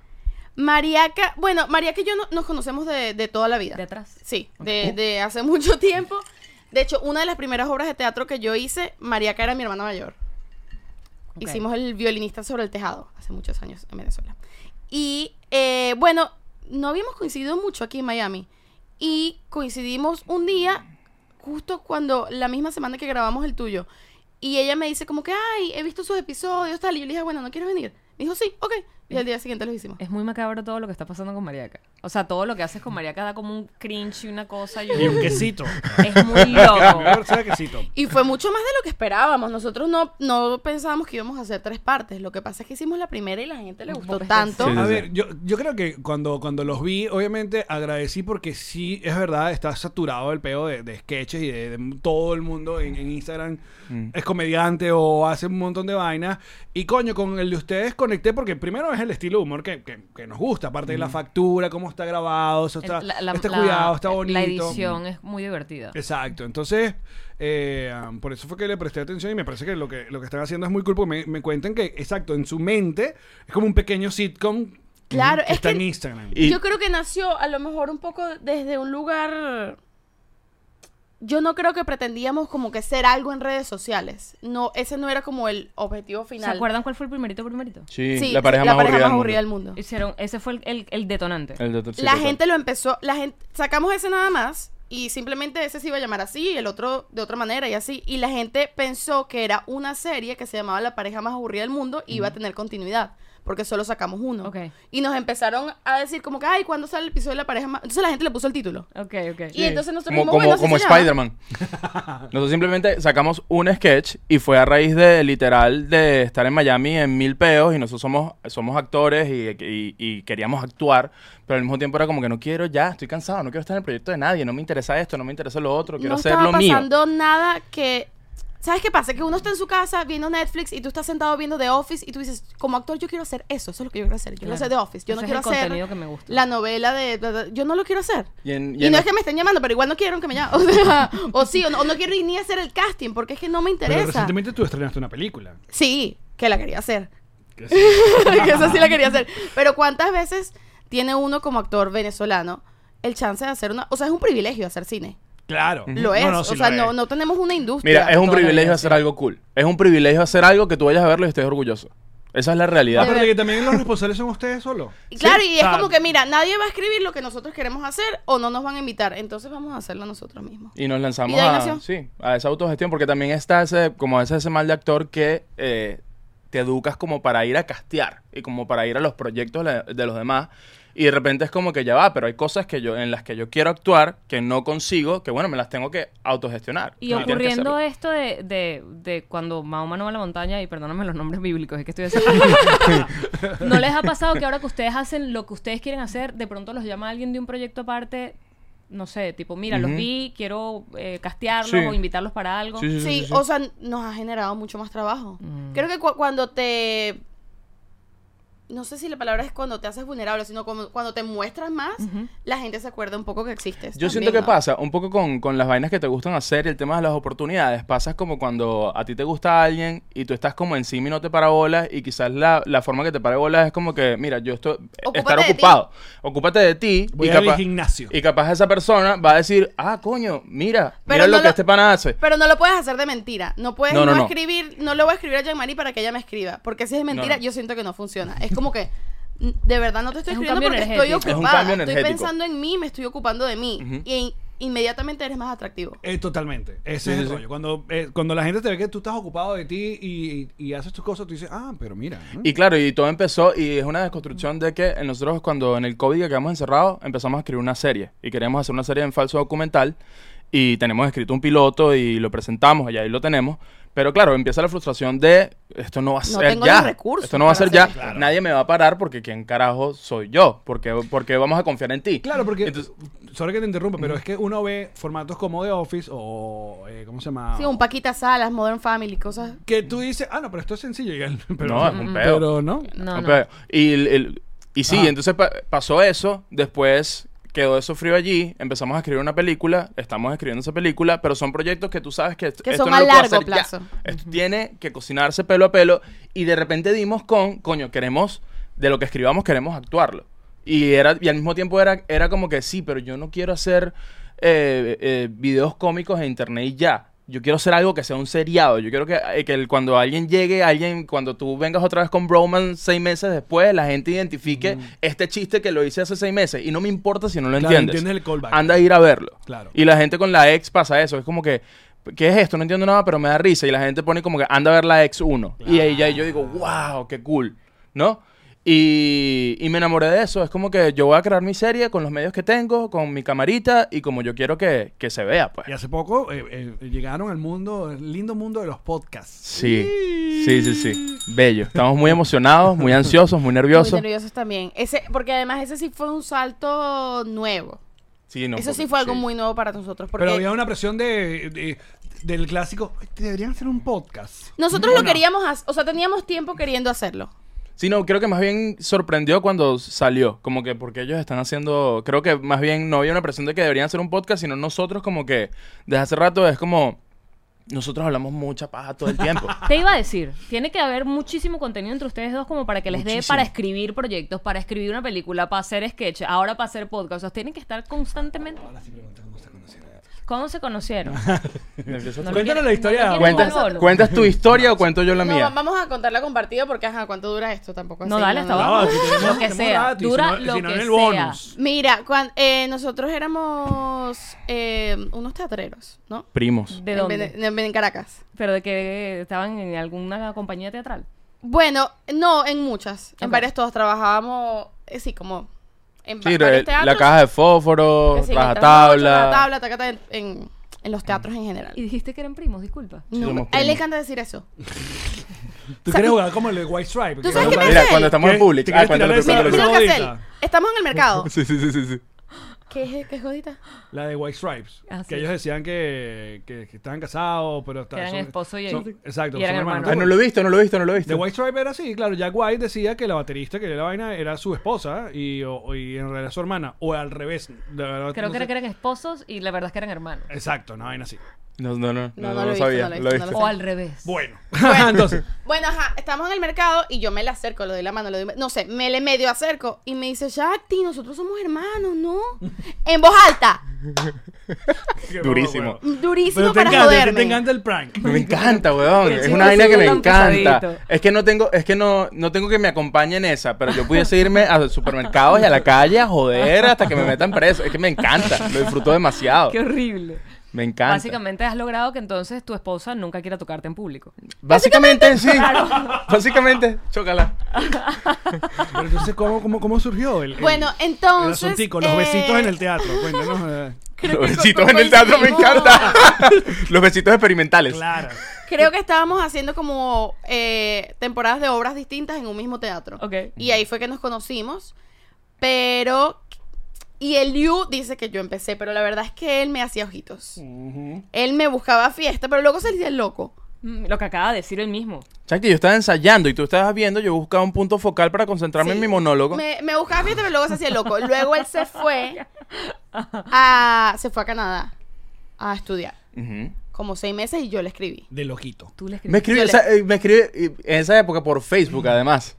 Speaker 5: Mariaca, bueno, Mariaca y yo no- nos conocemos de, de toda la vida.
Speaker 2: De atrás.
Speaker 5: Sí, de, de hace mucho tiempo. De hecho, una de las primeras obras de teatro que yo hice, Mariaca era mi hermana mayor.
Speaker 2: Ok.
Speaker 5: Hicimos el violinista sobre el tejado hace muchos años en Venezuela. Y eh, bueno, no habíamos coincidido mucho aquí en Miami. Y coincidimos un día, justo cuando, la misma semana que grabamos el tuyo. Y ella me dice como que, ay, he visto sus episodios, tal. Y yo le dije, bueno, ¿no quieres venir? Me dijo, sí, ok. Y al día siguiente los hicimos.
Speaker 2: Es muy macabro todo lo que está pasando con Mariaca. O sea, todo lo que haces con Mariaca da como un cringe y una cosa. Y un-
Speaker 3: Y un quesito.
Speaker 2: Es muy loco.
Speaker 3: Mejor sea quesito.
Speaker 5: Y fue mucho más de lo que esperábamos. Nosotros no, no pensábamos que íbamos a hacer tres partes. Lo que pasa es que hicimos la primera y la gente le gustó
Speaker 2: Bob
Speaker 5: tanto.
Speaker 4: Sí, sí,
Speaker 3: A
Speaker 4: sí.
Speaker 3: ver, yo, yo creo que cuando, cuando los vi, obviamente agradecí porque sí, es verdad, está saturado el peo de, de sketches y de, de todo el mundo en, en Instagram
Speaker 4: Mm.
Speaker 3: es comediante o hace un montón de vainas. Y coño, con el de ustedes conecté porque primero es el estilo de humor que, que- que nos gusta, aparte
Speaker 4: Mm.
Speaker 3: de la factura, cómo está grabado, eso está,
Speaker 2: La- la-
Speaker 3: está
Speaker 2: la-
Speaker 3: cuidado, está bonito.
Speaker 2: La edición es muy divertida.
Speaker 3: Exacto, entonces eh, um, por eso fue que le presté atención y me parece que lo que, lo que están haciendo es muy cool porque me, me cuentan que, exacto, en su mente es como un pequeño sitcom
Speaker 5: Claro,
Speaker 3: que
Speaker 5: es
Speaker 3: está en
Speaker 5: que
Speaker 3: Instagram.
Speaker 4: Y-
Speaker 5: yo creo que nació a lo mejor un poco desde un lugar... Yo no creo que pretendíamos como que ser algo en redes sociales. No, ese no era como el objetivo
Speaker 2: ¿Se
Speaker 5: final.
Speaker 2: acuerdan cuál fue el primerito primerito?
Speaker 4: Sí,
Speaker 5: Sí,
Speaker 4: la pareja más aburrida. del
Speaker 5: del
Speaker 4: mundo.
Speaker 5: mundo.
Speaker 2: Hicieron, ese fue el, el- el detonante.
Speaker 4: El doctor- sí,
Speaker 5: la
Speaker 4: total.
Speaker 5: gente lo empezó, la gente sacamos ese nada más y simplemente ese se iba a llamar así, el otro de otra manera y así. Y la gente pensó que era una serie que se llamaba La pareja más aburrida del mundo y iba a tener continuidad, porque solo sacamos uno.
Speaker 2: Ok.
Speaker 5: Y nos empezaron a decir como que, ay, ¿cuándo sale el episodio de La pareja más? Entonces la gente le puso el título.
Speaker 2: Ok, ok.
Speaker 5: Y entonces nosotros
Speaker 4: como,
Speaker 5: dijimos,
Speaker 4: como,
Speaker 5: bueno, así
Speaker 4: como
Speaker 5: se llama.
Speaker 4: Spider-Man. Nosotros simplemente sacamos un sketch y fue a raíz de literal de estar en Miami en mil peos y nosotros somos, somos actores y, y- y queríamos actuar, pero al mismo tiempo era como que no quiero ya, estoy cansado, no quiero estar en el proyecto de nadie, no me interesa esto, no me interesa lo otro, quiero
Speaker 5: no
Speaker 4: hacer
Speaker 5: estaba
Speaker 4: lo mío.
Speaker 5: pasando nada que... ¿Sabes qué pasa? Que uno está en su casa viendo Netflix y tú estás sentado viendo The Office y tú dices, como actor yo quiero hacer eso, eso es lo que yo quiero hacer. Yo quiero
Speaker 2: Claro.
Speaker 5: hacer The Office, yo no
Speaker 2: Ese es
Speaker 5: quiero
Speaker 2: el contenido
Speaker 5: hacer
Speaker 2: que me gusta.
Speaker 5: la novela de... bla, bla, Yo no lo quiero hacer.
Speaker 4: Y, en- y
Speaker 5: Y,
Speaker 4: en-
Speaker 5: no es que me estén llamando, pero igual no quiero que me llamen. O sea, o sí, o no, o no quiero ir ni a hacer el casting porque es que no me
Speaker 3: Pero
Speaker 5: interesa.
Speaker 3: recientemente tú estrenaste una película.
Speaker 5: Sí, que la quería hacer.
Speaker 3: Que sí.
Speaker 5: que eso sí la quería hacer. Pero ¿cuántas veces tiene uno como actor venezolano el chance de hacer una... O sea, es un privilegio hacer cine.
Speaker 3: Claro.
Speaker 5: Lo es.
Speaker 3: No, no,
Speaker 5: o
Speaker 3: sí
Speaker 5: sea,
Speaker 3: lo
Speaker 5: no,
Speaker 3: es.
Speaker 5: no tenemos una industria.
Speaker 4: mira, es un
Speaker 2: toda la
Speaker 4: privilegio
Speaker 2: vida,
Speaker 4: hacer algo cool. Es un privilegio hacer algo que tú vayas a verlo y estés orgulloso. Esa es la realidad.
Speaker 3: Aparte que también los responsables son ustedes solos.
Speaker 5: Y Claro,
Speaker 3: Sí,
Speaker 5: y es
Speaker 3: o sea,
Speaker 5: como que, mira, nadie va a escribir lo que nosotros queremos hacer o no nos van a invitar. Entonces vamos a hacerlo nosotros mismos.
Speaker 4: Y nos lanzamos
Speaker 5: Y de ahí
Speaker 4: a,
Speaker 5: nació.
Speaker 4: sí, a esa autogestión, porque también está ese, como ese, ese mal de actor que eh, te educas como para ir a castear y como para ir a los proyectos la- de los demás. Y de repente es como que ya va, pero hay cosas que yo, en las que yo quiero actuar, que no consigo, que bueno, me las tengo que autogestionar.
Speaker 2: Y
Speaker 4: tienes que
Speaker 2: ocurriendo
Speaker 4: hacerlo.
Speaker 2: esto de, de, de cuando Mahoma no va a la montaña, y perdóname los nombres bíblicos, es que estoy haciendo. ¿No les ha pasado que ahora que ustedes hacen lo que ustedes quieren hacer, de pronto los llama alguien de un proyecto aparte? No sé, tipo, mira, los
Speaker 4: Ujú.
Speaker 2: vi, quiero eh, castearlos
Speaker 4: Sí.
Speaker 2: o invitarlos para algo.
Speaker 4: Sí, sí,
Speaker 5: Sí,
Speaker 4: sí, Mm. sí, sí.
Speaker 5: o sea, nos ha generado mucho más trabajo. Creo que cu- cuando te... No sé si la palabra es cuando te haces vulnerable, sino como cuando te muestras más, la gente se acuerda un poco que existes.
Speaker 4: Yo siento
Speaker 5: también,
Speaker 4: que
Speaker 5: ¿no?
Speaker 4: pasa un poco con, con las vainas que te gustan hacer y el tema de las oportunidades. Pasas como cuando a ti te gusta alguien y tú estás como encima y no te para bolas y quizás la, la forma que te para bolas es como que, mira, yo estoy...
Speaker 5: Ocúpate
Speaker 4: estar
Speaker 5: de ti.
Speaker 4: ocupado. Ocúpate de ti.
Speaker 3: Voy
Speaker 4: y
Speaker 3: a ir al
Speaker 4: capaz-
Speaker 3: gimnasio.
Speaker 4: Y capaz esa persona va a decir, ah, coño, mira,
Speaker 5: Pero
Speaker 4: mira lo
Speaker 5: no
Speaker 4: que
Speaker 5: lo-
Speaker 4: este pana hace.
Speaker 5: Pero no lo puedes hacer de mentira. No puedes
Speaker 4: No,
Speaker 5: no,
Speaker 4: no, no.
Speaker 5: escribir, no le voy a escribir a Jean-Marie para que ella me escriba. Porque si es de mentira,
Speaker 4: no.
Speaker 5: yo siento que no funciona. Es como que n- de verdad no te estoy
Speaker 2: Es un
Speaker 5: escribiendo
Speaker 2: cambio
Speaker 5: porque estoy
Speaker 2: energético.
Speaker 4: Es un
Speaker 5: ocupada.
Speaker 4: cambio
Speaker 5: Estoy
Speaker 4: energético.
Speaker 5: pensando en mí, me estoy ocupando de mí. Y in- inmediatamente eres más atractivo.
Speaker 3: Eh, totalmente. Ese es
Speaker 4: sí,
Speaker 3: el
Speaker 4: sí.
Speaker 3: rollo. Cuando, eh, cuando la gente te ve que tú estás ocupado de ti y, y- y haces tus cosas, tú dices, ah, pero mira. ¿no?
Speaker 4: Y claro, y todo empezó, y es una desconstrucción de que nosotros cuando en el COVID que quedamos encerrados, empezamos a escribir una serie. Y queremos hacer una serie en falso documental. Y tenemos escrito un piloto y lo presentamos, y ahí lo tenemos. Pero claro, empieza la frustración de esto no va a
Speaker 5: No
Speaker 4: ser
Speaker 5: tengo
Speaker 4: ya.
Speaker 5: los recursos
Speaker 4: esto no va a
Speaker 5: para
Speaker 4: ser
Speaker 5: hacer
Speaker 4: ya.
Speaker 5: esto.
Speaker 4: Nadie me va a parar porque quién carajo soy yo. Porque, porque vamos a confiar en ti.
Speaker 3: Claro, porque.
Speaker 4: Entonces-
Speaker 3: sorry que te interrumpa, pero es que uno ve formatos como The Office o. eh, ¿Cómo se llama?
Speaker 5: Sí, un Paquita Salas, Modern Family, cosas.
Speaker 3: que tú dices, ah, no, pero esto es sencillo. y él- pero,
Speaker 4: No, es un pedo.
Speaker 3: Pero no.
Speaker 2: No,
Speaker 4: No,
Speaker 2: no.
Speaker 4: Ah, pero- y, el- el- y sí,
Speaker 3: Ajá.
Speaker 4: entonces pa- pasó eso, después quedó eso frío allí, empezamos a escribir una película, estamos escribiendo esa película, pero son proyectos que tú sabes que, est-
Speaker 5: Que son a
Speaker 4: lo puedo
Speaker 5: largo
Speaker 4: hacer ya.
Speaker 5: plazo.
Speaker 4: Esto tiene que cocinarse pelo a pelo y de repente dimos con, coño, queremos, de lo que escribamos queremos actuarlo. Y, era, y al mismo tiempo era, era como que sí, pero yo no quiero hacer eh, eh, videos cómicos en internet y ya. Yo quiero hacer algo que sea un seriado. Yo quiero que, eh, que el- cuando alguien llegue, alguien, cuando tú vengas otra vez con Broman seis meses después, la gente identifique este chiste que lo hice hace seis meses. Y no me importa si no lo
Speaker 3: Claro,
Speaker 4: entiendes.
Speaker 3: entiendes el callback.
Speaker 4: Anda a ir a verlo.
Speaker 3: Claro.
Speaker 4: Y la gente con la ex pasa eso. Es como que, ¿qué es esto? No entiendo nada, pero me da risa. Y la gente pone como que anda a ver la ex 1. Y ahí ya yo digo, wow, qué cool. ¿No? Y, y me enamoré de eso. Es como que yo voy a crear mi serie con los medios que tengo, con mi camarita y como yo quiero que, que se vea, pues.
Speaker 3: Y hace poco eh, eh, llegaron al mundo, el lindo mundo de los podcasts.
Speaker 4: Sí, sí, sí, sí. Bello. Estamos muy emocionados, muy ansiosos, muy nerviosos.
Speaker 5: Muy nerviosos también. Ese, porque además ese sí fue un salto nuevo.
Speaker 4: Sí, no,
Speaker 5: Eso sí
Speaker 4: porque-
Speaker 5: fue algo muy nuevo para nosotros. Porque
Speaker 3: Pero había una presión de, de- del clásico, "Ay, deberían hacer un podcast.
Speaker 5: nosotros
Speaker 3: No,
Speaker 5: lo
Speaker 3: no.
Speaker 5: queríamos hacer, o sea, teníamos tiempo queriendo hacerlo.
Speaker 4: Sí, no, creo que más bien sorprendió cuando salió. Como que porque ellos están haciendo. Creo que más bien no había una presión de que deberían hacer un podcast, sino nosotros, como que desde hace rato es como. Nosotros hablamos mucha paja todo el tiempo.
Speaker 2: Te iba a decir, tiene que haber muchísimo contenido entre ustedes dos como para que les dé
Speaker 4: Muchísimo.
Speaker 2: para escribir proyectos, para escribir una película, para hacer sketch, ahora para hacer podcast. O sea, tienen que estar constantemente.
Speaker 6: ¿Cómo se conocieron?
Speaker 4: Empieza tú.
Speaker 6: No
Speaker 3: Cuéntanos
Speaker 6: lo quiere-
Speaker 3: la historia.
Speaker 6: no lo quiere
Speaker 4: ¿Cuentas,
Speaker 6: Manolo.
Speaker 4: ¿Cuentas tu historia o cuento yo la
Speaker 5: No,
Speaker 4: mía?
Speaker 5: va- vamos a contarla compartida porque, ajá, ¿cuánto dura esto? Tampoco
Speaker 2: No,
Speaker 5: así,
Speaker 2: dale hasta abajo.
Speaker 3: No, aquí tenemos-
Speaker 2: Lo que
Speaker 3: tenemos
Speaker 2: sea,
Speaker 3: datos, y
Speaker 2: dura
Speaker 3: si no-
Speaker 2: lo
Speaker 3: si no en
Speaker 2: que
Speaker 3: el
Speaker 2: sea.
Speaker 3: bonus.
Speaker 5: Mira, cuan- eh, nosotros éramos eh, unos teatreros, ¿no?
Speaker 4: Primos.
Speaker 2: ¿De
Speaker 5: En
Speaker 2: dónde?
Speaker 5: Vene- en- en Caracas.
Speaker 2: Pero de que estaban en alguna compañía teatral.
Speaker 5: Bueno, no, en muchas. En
Speaker 2: Ok.
Speaker 5: varias todos trabajábamos, eh, sí, como en va-
Speaker 4: Sí,
Speaker 5: varios
Speaker 4: re- la
Speaker 5: teatros,
Speaker 4: caja de fósforo,
Speaker 5: este que sí, en el
Speaker 4: raja
Speaker 5: Trasnocho,
Speaker 4: tabla.
Speaker 5: Rajatabla, taca, taca, en, en- en los teatros en general.
Speaker 2: Y dijiste que eran primos, disculpa.
Speaker 5: No,
Speaker 4: somos
Speaker 5: a él le
Speaker 4: primos.
Speaker 5: encanta decir eso.
Speaker 3: Tú quieres jugar como el de White Stripe.
Speaker 5: ¿Tú sabes qué me
Speaker 4: Mira,
Speaker 5: hace
Speaker 4: cuando
Speaker 5: él?
Speaker 4: estamos en
Speaker 3: ¿Qué-
Speaker 4: público.
Speaker 3: te quieres tirar
Speaker 4: Ah, cuéntalo tú,
Speaker 3: esa-
Speaker 5: Mira,
Speaker 4: cuéntalo
Speaker 5: ¿tú
Speaker 4: tú.
Speaker 5: sabes qué hace él?
Speaker 3: Jodita.
Speaker 5: Estamos en el mercado.
Speaker 4: Sí, sí, sí, sí, sí.
Speaker 5: ¿Qué es, qué es jodita?
Speaker 3: La de White Stripes.
Speaker 2: Ah,
Speaker 3: que
Speaker 2: sí.
Speaker 3: ellos decían que, que, que estaban casados, pero
Speaker 2: Que
Speaker 3: estaban.
Speaker 2: eran esposo y-
Speaker 3: Exacto,
Speaker 2: y eran
Speaker 3: son hermanos.
Speaker 4: Ah, no lo he visto, no lo he visto, no lo
Speaker 3: The
Speaker 4: he visto.
Speaker 3: White Stripe era así, claro. Jack White decía que la baterista que era la vaina era su esposa y, o- o- y en realidad era su hermana. O al revés. de verdad,
Speaker 2: Creo
Speaker 3: no
Speaker 2: que
Speaker 3: sé.
Speaker 2: era- que eran esposos y la verdad es que eran hermanos.
Speaker 3: Exacto, una vaina así.
Speaker 4: No, no, no,
Speaker 5: no
Speaker 4: no,
Speaker 5: lo he
Speaker 4: lo
Speaker 5: visto,
Speaker 4: sabía.
Speaker 5: no lo he
Speaker 4: lo he
Speaker 5: visto, no
Speaker 4: visto.
Speaker 2: O al revés.
Speaker 3: Bueno. Entonces,
Speaker 5: Bueno, ajá, estamos en el mercado y yo me le acerco, le doy la mano, le doy, no sé, me le medio acerco y me dice, Shakti, nosotros somos hermanos, ¿no? En voz alta,
Speaker 3: qué
Speaker 4: Durísimo.
Speaker 3: broma,
Speaker 5: durísimo
Speaker 3: Pero te
Speaker 5: para
Speaker 3: encanta, a ti
Speaker 5: joderme.
Speaker 3: te encanta el prank.
Speaker 4: Me encanta, weón.
Speaker 2: Que el
Speaker 4: Es
Speaker 2: chico
Speaker 4: una vaina
Speaker 2: se
Speaker 4: que me
Speaker 2: vuelva un
Speaker 4: encanta.
Speaker 2: pesadito.
Speaker 4: Es que no tengo, es que no, no tengo que me acompañe en esa, pero yo pudiese irme a los supermercados y a la calle a joder hasta que me metan preso. Es que me encanta, lo disfruto demasiado.
Speaker 2: Qué horrible.
Speaker 4: Me encanta.
Speaker 2: Básicamente has logrado que entonces tu esposa nunca quiera tocarte en público.
Speaker 4: Básicamente, sí. Básicamente, chócala.
Speaker 3: Pero entonces, ¿cómo, cómo, cómo surgió el, el-
Speaker 5: Bueno, entonces,
Speaker 3: el asuntico, los
Speaker 5: eh,
Speaker 3: besitos en el teatro? Cuéntanos. eh,
Speaker 4: Los besitos en el teatro me
Speaker 5: coincidimos.
Speaker 4: encanta. Los besitos experimentales.
Speaker 3: claro.
Speaker 5: Creo que estábamos haciendo como eh, temporadas de obras distintas en un mismo teatro.
Speaker 2: Ok.
Speaker 5: Y ahí fue que nos conocimos. Pero. Y el Liu dice que yo empecé, pero la verdad es que él me hacía ojitos. Él me buscaba fiesta, pero luego se le hacía el loco.
Speaker 2: Mm, Lo que acaba de decir él mismo.
Speaker 4: Chakti, yo estaba ensayando y tú estabas viendo, yo buscaba un punto focal para concentrarme en
Speaker 5: Sí.
Speaker 4: mi monólogo.
Speaker 5: Me, me buscaba fiesta, pero luego se hacía el loco. Luego él se fue a. Se fue a Canadá a estudiar.
Speaker 4: Ujú.
Speaker 5: Como seis meses y yo le escribí.
Speaker 3: De loquito.
Speaker 2: Tú le escribiste.
Speaker 4: Me escribe,
Speaker 5: Yo le-
Speaker 4: esa- eh, me escribe eh, en esa época por Facebook, además.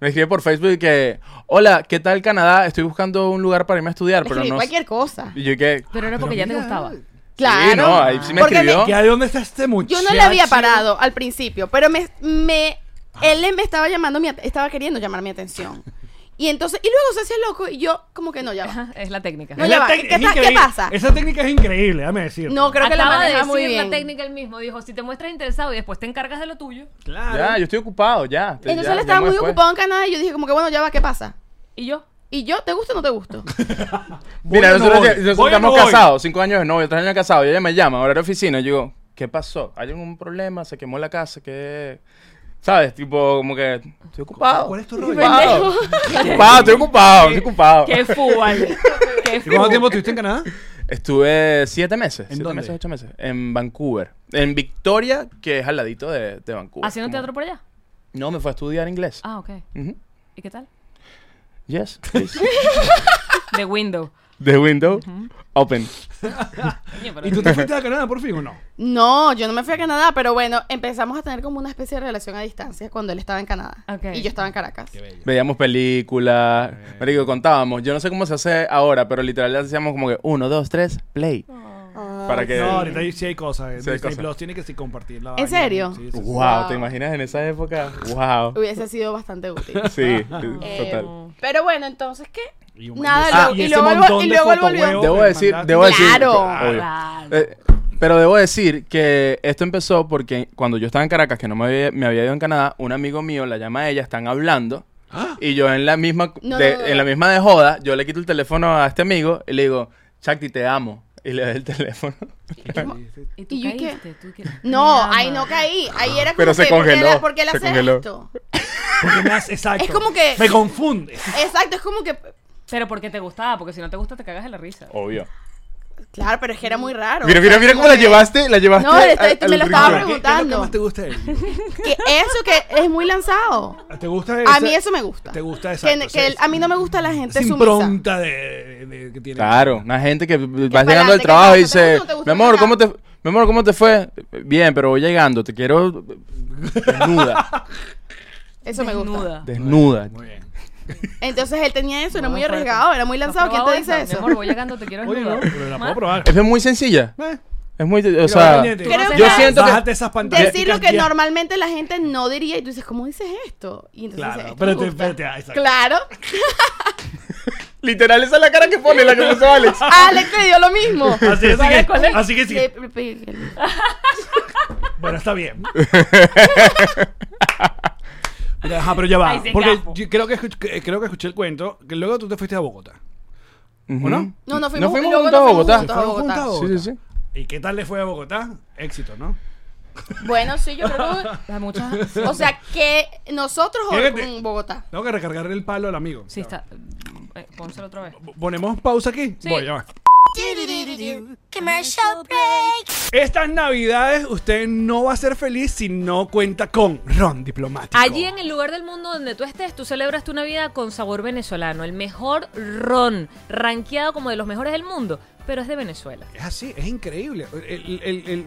Speaker 4: Me escribe por Facebook que, hola, ¿qué tal Canadá? Estoy buscando un lugar para irme a estudiar,
Speaker 5: Le
Speaker 4: pero
Speaker 5: escribí
Speaker 4: no...
Speaker 5: cualquier cosa.
Speaker 4: Y yo que...
Speaker 2: Pero era porque ya te gustaba.
Speaker 5: Claro.
Speaker 4: Sí, no, ahí sí me
Speaker 5: Porque me-
Speaker 4: escribió.
Speaker 3: ¿Y a dónde está este muchacho?
Speaker 5: Yo no le había parado al principio, pero me, me
Speaker 4: Ah.
Speaker 5: él me estaba llamando mi at- estaba queriendo llamar mi atención. Y entonces, y luego se hacía loco y yo como que no, ya va.
Speaker 2: Ajá, Es la técnica.
Speaker 5: No,
Speaker 3: Es
Speaker 5: ya
Speaker 3: la
Speaker 5: va,
Speaker 3: técnica-
Speaker 5: ¿qué
Speaker 3: es
Speaker 5: ta- qué
Speaker 3: increíble.
Speaker 5: pasa?
Speaker 3: Esa técnica es increíble, déjame decir.
Speaker 5: No, creo que la
Speaker 2: Acaba de
Speaker 5: maneja
Speaker 2: decir
Speaker 5: muy
Speaker 2: la
Speaker 5: bien.
Speaker 2: técnica él mismo. Dijo, si te muestras interesado y después te encargas de lo tuyo.
Speaker 3: Claro.
Speaker 4: Ya, yo estoy ocupado, ya. te-
Speaker 5: Entonces
Speaker 4: ya,
Speaker 5: él estaba
Speaker 4: llamo
Speaker 5: muy
Speaker 4: después.
Speaker 5: ocupado en Canadá y yo dije como que bueno, ya va, ¿qué pasa?
Speaker 2: Y yo.
Speaker 5: Y yo, ¿te gusta o no te gusto?
Speaker 3: Voy
Speaker 4: Mira,
Speaker 3: o no
Speaker 4: nosotros,
Speaker 3: voy.
Speaker 4: ya- nosotros
Speaker 3: Voy o no
Speaker 4: estamos
Speaker 3: voy.
Speaker 4: casados, cinco años de novio, tres años de casado, y ella me llama, ahora de oficina, y yo digo, ¿qué pasó? ¿Hay algún problema? ¿Se quemó la casa? ¿Qué...? ¿Sabes? Tipo, como que... Estoy ocupado.
Speaker 3: ¿Cuál es tu rollo?
Speaker 4: estoy ocupado, estoy ocupado, estoy ocupado, estoy ocupado.
Speaker 2: ¡Qué fútbol! ¡Qué
Speaker 3: ¿Y cuánto
Speaker 2: fútbol!
Speaker 3: tiempo estuviste en Canadá?
Speaker 4: Estuve siete meses. siete
Speaker 3: dónde?
Speaker 4: meses, ocho meses. En Vancouver. En Victoria, que es al ladito de, de Vancouver.
Speaker 2: ¿Haciendo
Speaker 4: Como-
Speaker 2: teatro por allá?
Speaker 4: No, me fue a estudiar inglés.
Speaker 2: Ah, ok.
Speaker 4: Ujú.
Speaker 2: ¿Y qué tal?
Speaker 4: Yes, please.
Speaker 2: De window.
Speaker 4: The window open.
Speaker 2: Coño, pero-
Speaker 3: ¿Y tú te fuiste a Canadá por fin o no?
Speaker 5: No, yo no me fui a Canadá, pero bueno, empezamos a tener como una especie de relación a distancia cuando él estaba en Canadá
Speaker 2: Ok.
Speaker 5: y yo estaba en Caracas.
Speaker 4: Veíamos películas.
Speaker 3: Eh.
Speaker 4: Marico, contábamos. Yo no sé cómo se hace ahora, pero literal hacíamos como que uno, dos, tres, play.
Speaker 2: Ah.
Speaker 4: Para que...
Speaker 3: No, ahorita ahí sí hay cosas. eh.
Speaker 4: Sí hay
Speaker 3: Disney
Speaker 4: cosas.
Speaker 3: Plus tiene que sí compartir la
Speaker 5: ¿En
Speaker 3: vaina.
Speaker 5: serio?
Speaker 3: Sí, sí, sí.
Speaker 4: Wow, ¿te imaginas en esa época? Wow.
Speaker 5: Hubiese sido bastante útil.
Speaker 4: Sí,
Speaker 5: Eh,
Speaker 4: total.
Speaker 5: pero bueno, entonces ¿qué?
Speaker 3: Y un-
Speaker 5: Nada,
Speaker 3: Ah,
Speaker 5: lo-
Speaker 3: y
Speaker 5: y
Speaker 3: ese
Speaker 5: luego él vol-
Speaker 3: montón
Speaker 5: y
Speaker 3: de
Speaker 5: luego él volvió.
Speaker 3: fotohuevos
Speaker 4: Debo
Speaker 3: que
Speaker 4: decir,
Speaker 3: mandaste. Ah,
Speaker 4: debo decir.
Speaker 5: Claro.
Speaker 4: obvio.
Speaker 2: Claro.
Speaker 4: Eh, pero debo decir que esto empezó porque cuando yo estaba en Caracas, que no me había, me había ido en Canadá, un amigo mío la llama a ella, están hablando. Y yo en la misma
Speaker 5: No,
Speaker 4: de,
Speaker 5: no, no, no.
Speaker 4: en la misma de joda, yo le quito el teléfono a este amigo y le digo, Chakti, te amo. Y le doy el teléfono. oh.
Speaker 2: ¿Y tú
Speaker 5: ¿Y yo qué?
Speaker 2: caíste? ¿Tú qué?
Speaker 5: No,
Speaker 2: Nada.
Speaker 5: ahí no caí. Ahí era como
Speaker 4: Pero se
Speaker 5: que, ¿por qué
Speaker 4: congeló,
Speaker 5: la- ¿Por qué él
Speaker 4: se
Speaker 5: hace
Speaker 4: congeló.
Speaker 5: esto?
Speaker 3: Porque me hace- exacto.
Speaker 5: Es como que-
Speaker 3: Me confunde.
Speaker 5: Exacto, es como que.
Speaker 2: Pero porque te gustaba, porque si no te gusta te cagas de la risa.
Speaker 4: Obvio.
Speaker 5: Claro, pero es que era muy raro.
Speaker 4: Mira,
Speaker 5: o sea,
Speaker 4: mira, mira
Speaker 5: como
Speaker 4: cómo la
Speaker 5: que-
Speaker 4: llevaste, la llevaste.
Speaker 5: No, le estoy-
Speaker 4: al-
Speaker 5: me
Speaker 4: al
Speaker 5: lo estaba
Speaker 4: rincón.
Speaker 3: ¿Qué
Speaker 5: preguntando.
Speaker 3: es lo que más te gusta de él?
Speaker 5: Que eso que es muy lanzado.
Speaker 3: ¿Te gusta
Speaker 5: A
Speaker 3: ese-
Speaker 5: mí eso me gusta.
Speaker 3: Te gusta,
Speaker 5: Que-
Speaker 3: exacto,
Speaker 5: Que,
Speaker 3: sí,
Speaker 5: el- a mí no me gusta la gente
Speaker 3: Esa
Speaker 5: sumisa.
Speaker 3: impronta de, de- de- que tiene.
Speaker 4: Claro, una gente que va
Speaker 5: para
Speaker 4: llegando
Speaker 5: adelante,
Speaker 4: al
Speaker 5: que
Speaker 4: trabajo
Speaker 5: no,
Speaker 4: y
Speaker 5: que te
Speaker 4: dice,
Speaker 5: gusta, no te gusta,
Speaker 4: mi amor,
Speaker 5: venga".
Speaker 4: ¿cómo te, mi amor, ¿cómo te fue? Bien, pero voy llegando, te quiero desnuda,
Speaker 5: Eso me gusta.
Speaker 2: Desnuda.
Speaker 4: desnuda.
Speaker 3: Muy bien.
Speaker 5: Entonces él tenía eso, era
Speaker 2: No,
Speaker 5: muy
Speaker 2: fuerte.
Speaker 5: arriesgado, era muy lanzado. ¿Quién te dice
Speaker 2: Mi
Speaker 5: eso?
Speaker 2: amor, voy llegando, te quiero
Speaker 3: Oye, no,
Speaker 2: desnudar.
Speaker 3: pero la puedo
Speaker 2: Ma-
Speaker 3: probar.
Speaker 4: Es muy sencilla.
Speaker 3: Eh,
Speaker 4: Es muy.
Speaker 3: mira,
Speaker 4: O sea.
Speaker 3: Cañete.
Speaker 5: Creo
Speaker 4: Yo
Speaker 5: que
Speaker 4: siento
Speaker 3: Bájate
Speaker 4: que.
Speaker 3: esas pantallas.
Speaker 5: Decir lo que
Speaker 3: chicas, tía.
Speaker 5: normalmente la gente no diría y tú dices, ¿cómo dices esto? Y entonces
Speaker 3: Claro,
Speaker 5: dices, "Esto me
Speaker 3: espérate,
Speaker 5: gusta".
Speaker 3: espérate. ah, exacto.
Speaker 5: Claro.
Speaker 4: Literal, esa es la cara que pone, la que puso Alex.
Speaker 5: Alex le dio lo mismo.
Speaker 3: Así, así
Speaker 2: ¿Cuál es, cuál
Speaker 3: que,
Speaker 2: es?
Speaker 3: así que sí.
Speaker 5: Le- le pegué el-
Speaker 3: Bueno, está bien. Mira, Ajá, pero ya va.
Speaker 2: Ay, se
Speaker 3: Porque
Speaker 2: gafo.
Speaker 3: yo creo que, escuch- que- creo que escuché el cuento que luego tú te fuiste a Bogotá.
Speaker 4: Ujú.
Speaker 3: no?
Speaker 5: No, no
Speaker 4: No
Speaker 5: fuimos,
Speaker 4: fuimos
Speaker 5: luego
Speaker 4: juntos a
Speaker 5: no fuimos
Speaker 4: Bogotá.
Speaker 5: juntos
Speaker 3: ¿Fueron juntas a
Speaker 4: Sí,
Speaker 3: Bogotá?
Speaker 4: sí, sí.
Speaker 3: ¿Y qué tal le fue a Bogotá? Éxito, ¿no?
Speaker 5: Bueno, sí, yo creo
Speaker 2: Da mucha-
Speaker 5: que... O sea, que nosotros o
Speaker 3: Fíjate.
Speaker 5: con Bogotá.
Speaker 3: Tengo que recargarle el palo al amigo.
Speaker 2: Sí, está. eh, pónselo otra vez.
Speaker 3: P- ¿Ponemos pausa aquí?
Speaker 2: Sí.
Speaker 3: Voy, ya va.
Speaker 7: Commercial break.
Speaker 3: Estas navidades usted no va a ser feliz si no cuenta con Ron Diplomático.
Speaker 2: Allí en el lugar del mundo donde tú estés, tú celebras tu Navidad con sabor venezolano, el mejor ron, rankeado como de los mejores del mundo, pero es de Venezuela.
Speaker 3: Es así, es increíble. El, el- el- el-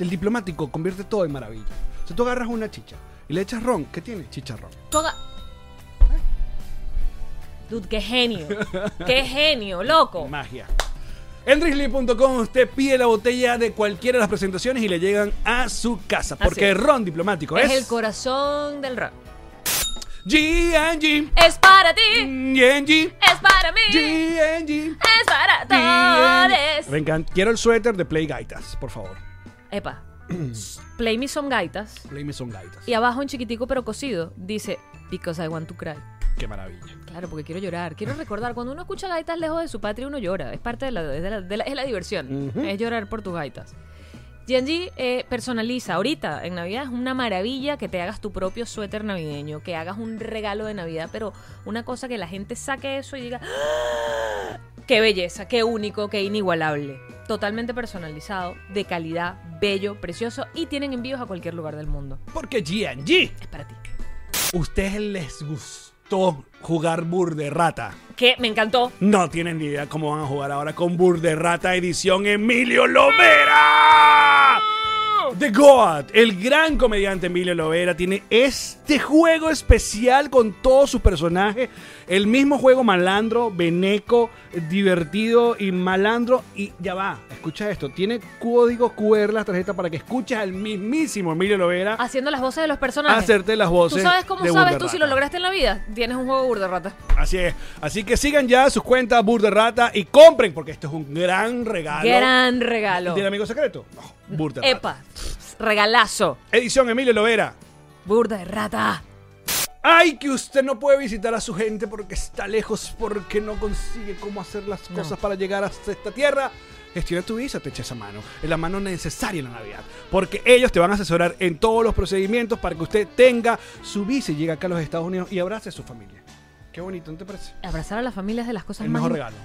Speaker 3: el diplomático convierte todo en maravilla. O sea, tú agarras una chicha y le echas ron. ¿Qué tiene? Chicharrón.
Speaker 2: Tú haga- Dude, qué genio. Qué genio, loco.
Speaker 3: Magia. En drizzly.com usted pide la botella de cualquiera de las presentaciones y le llegan a su casa.
Speaker 2: Así
Speaker 3: Porque
Speaker 2: es.
Speaker 3: ron diplomático es.
Speaker 2: Es el corazón del ron.
Speaker 3: G&G.
Speaker 2: Es para
Speaker 3: Mm.
Speaker 2: ti,
Speaker 3: G&G.
Speaker 2: es para mí,
Speaker 3: G&G.
Speaker 2: es para todos.
Speaker 3: Me encanta. Quiero el suéter de Play Gaitas, por favor.
Speaker 2: Epa, play me some gaitas.
Speaker 3: Play me son gaitas.
Speaker 2: Y abajo en chiquitico pero cocido dice, because I want to cry.
Speaker 3: Qué maravilla.
Speaker 2: Claro, porque quiero llorar. Quiero recordar, cuando uno escucha gaitas lejos de su patria, uno llora. Es parte de la, es de la- de la- es la diversión. Es llorar por tus gaitas. G&G eh, personaliza. Ahorita, en Navidad, es una maravilla que te hagas tu propio suéter navideño, que hagas un regalo de Navidad, pero una cosa que la gente saque eso y diga, "¡Ah! qué belleza, qué único, qué inigualable. Totalmente personalizado, de calidad, bello, precioso y tienen envíos a cualquier lugar del mundo.
Speaker 3: Porque G&G.
Speaker 2: Es para ti.
Speaker 3: ¿Ustedes les gustó jugar burde rata?
Speaker 2: Que me encantó.
Speaker 3: No tienen ni idea cómo van a jugar ahora con Burde Rata Edición Emilio Lovera. The God, el gran comediante Emilio Lovera, tiene este juego especial con todos sus personajes. El mismo juego malandro, beneco, divertido y malandro. Y ya va, escucha esto: tiene código QR las tarjetas para que escuches al mismísimo Emilio Lovera
Speaker 2: haciendo las voces de los personajes.
Speaker 3: hacerte las voces.
Speaker 2: ¿Tú sabes cómo
Speaker 3: de
Speaker 2: sabes
Speaker 3: Burda
Speaker 2: tú si
Speaker 3: Rata.
Speaker 2: lo lograste en la vida? Tienes un juego burda rata.
Speaker 3: Así es. Así que sigan ya sus cuentas Burde Rata y compren, porque esto es un gran regalo.
Speaker 2: Gran regalo.
Speaker 3: ¿Del amigo secreto? No, Burda Rata.
Speaker 2: Epa, pff, regalazo.
Speaker 3: Edición Emilio Lovera.
Speaker 2: Burda de rata.
Speaker 3: Ay, que usted no puede visitar a su gente porque está lejos, porque no consigue cómo hacer las cosas para llegar hasta esta tierra. Gestiona tu visa, te echa esa mano. Es la mano necesaria en la Navidad. Porque ellos te van a asesorar en todos los procedimientos para que usted tenga su visa y llegue acá a los Estados Unidos y abrace a su familia. Qué bonito, ¿no te parece?
Speaker 2: Abrazar a las familias de las cosas
Speaker 3: El
Speaker 2: más.
Speaker 3: mejor regalo.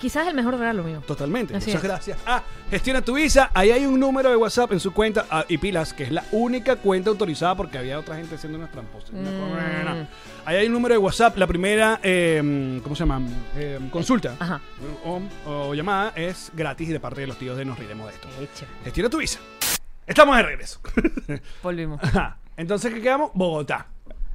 Speaker 2: Quizás el mejor regalo mío.
Speaker 3: Totalmente.
Speaker 2: Así
Speaker 3: Muchas
Speaker 2: es.
Speaker 3: gracias. Ah, gestiona tu visa. Ahí hay un número de WhatsApp en su cuenta ah, y pilas, que es la única cuenta autorizada porque había otra gente haciendo unas tramposas. Una
Speaker 2: Mm.
Speaker 3: corona. Ahí hay un número de WhatsApp. La primera, eh, ¿cómo se llama? Eh, consulta
Speaker 2: Ajá.
Speaker 3: o, o llamada es gratis y de parte de los tíos de Nos Riremos de esto.
Speaker 2: Hecho.
Speaker 3: Gestiona tu visa. Estamos de regreso.
Speaker 2: Volvimos.
Speaker 3: Ajá. Entonces, ¿qué quedamos? Bogotá.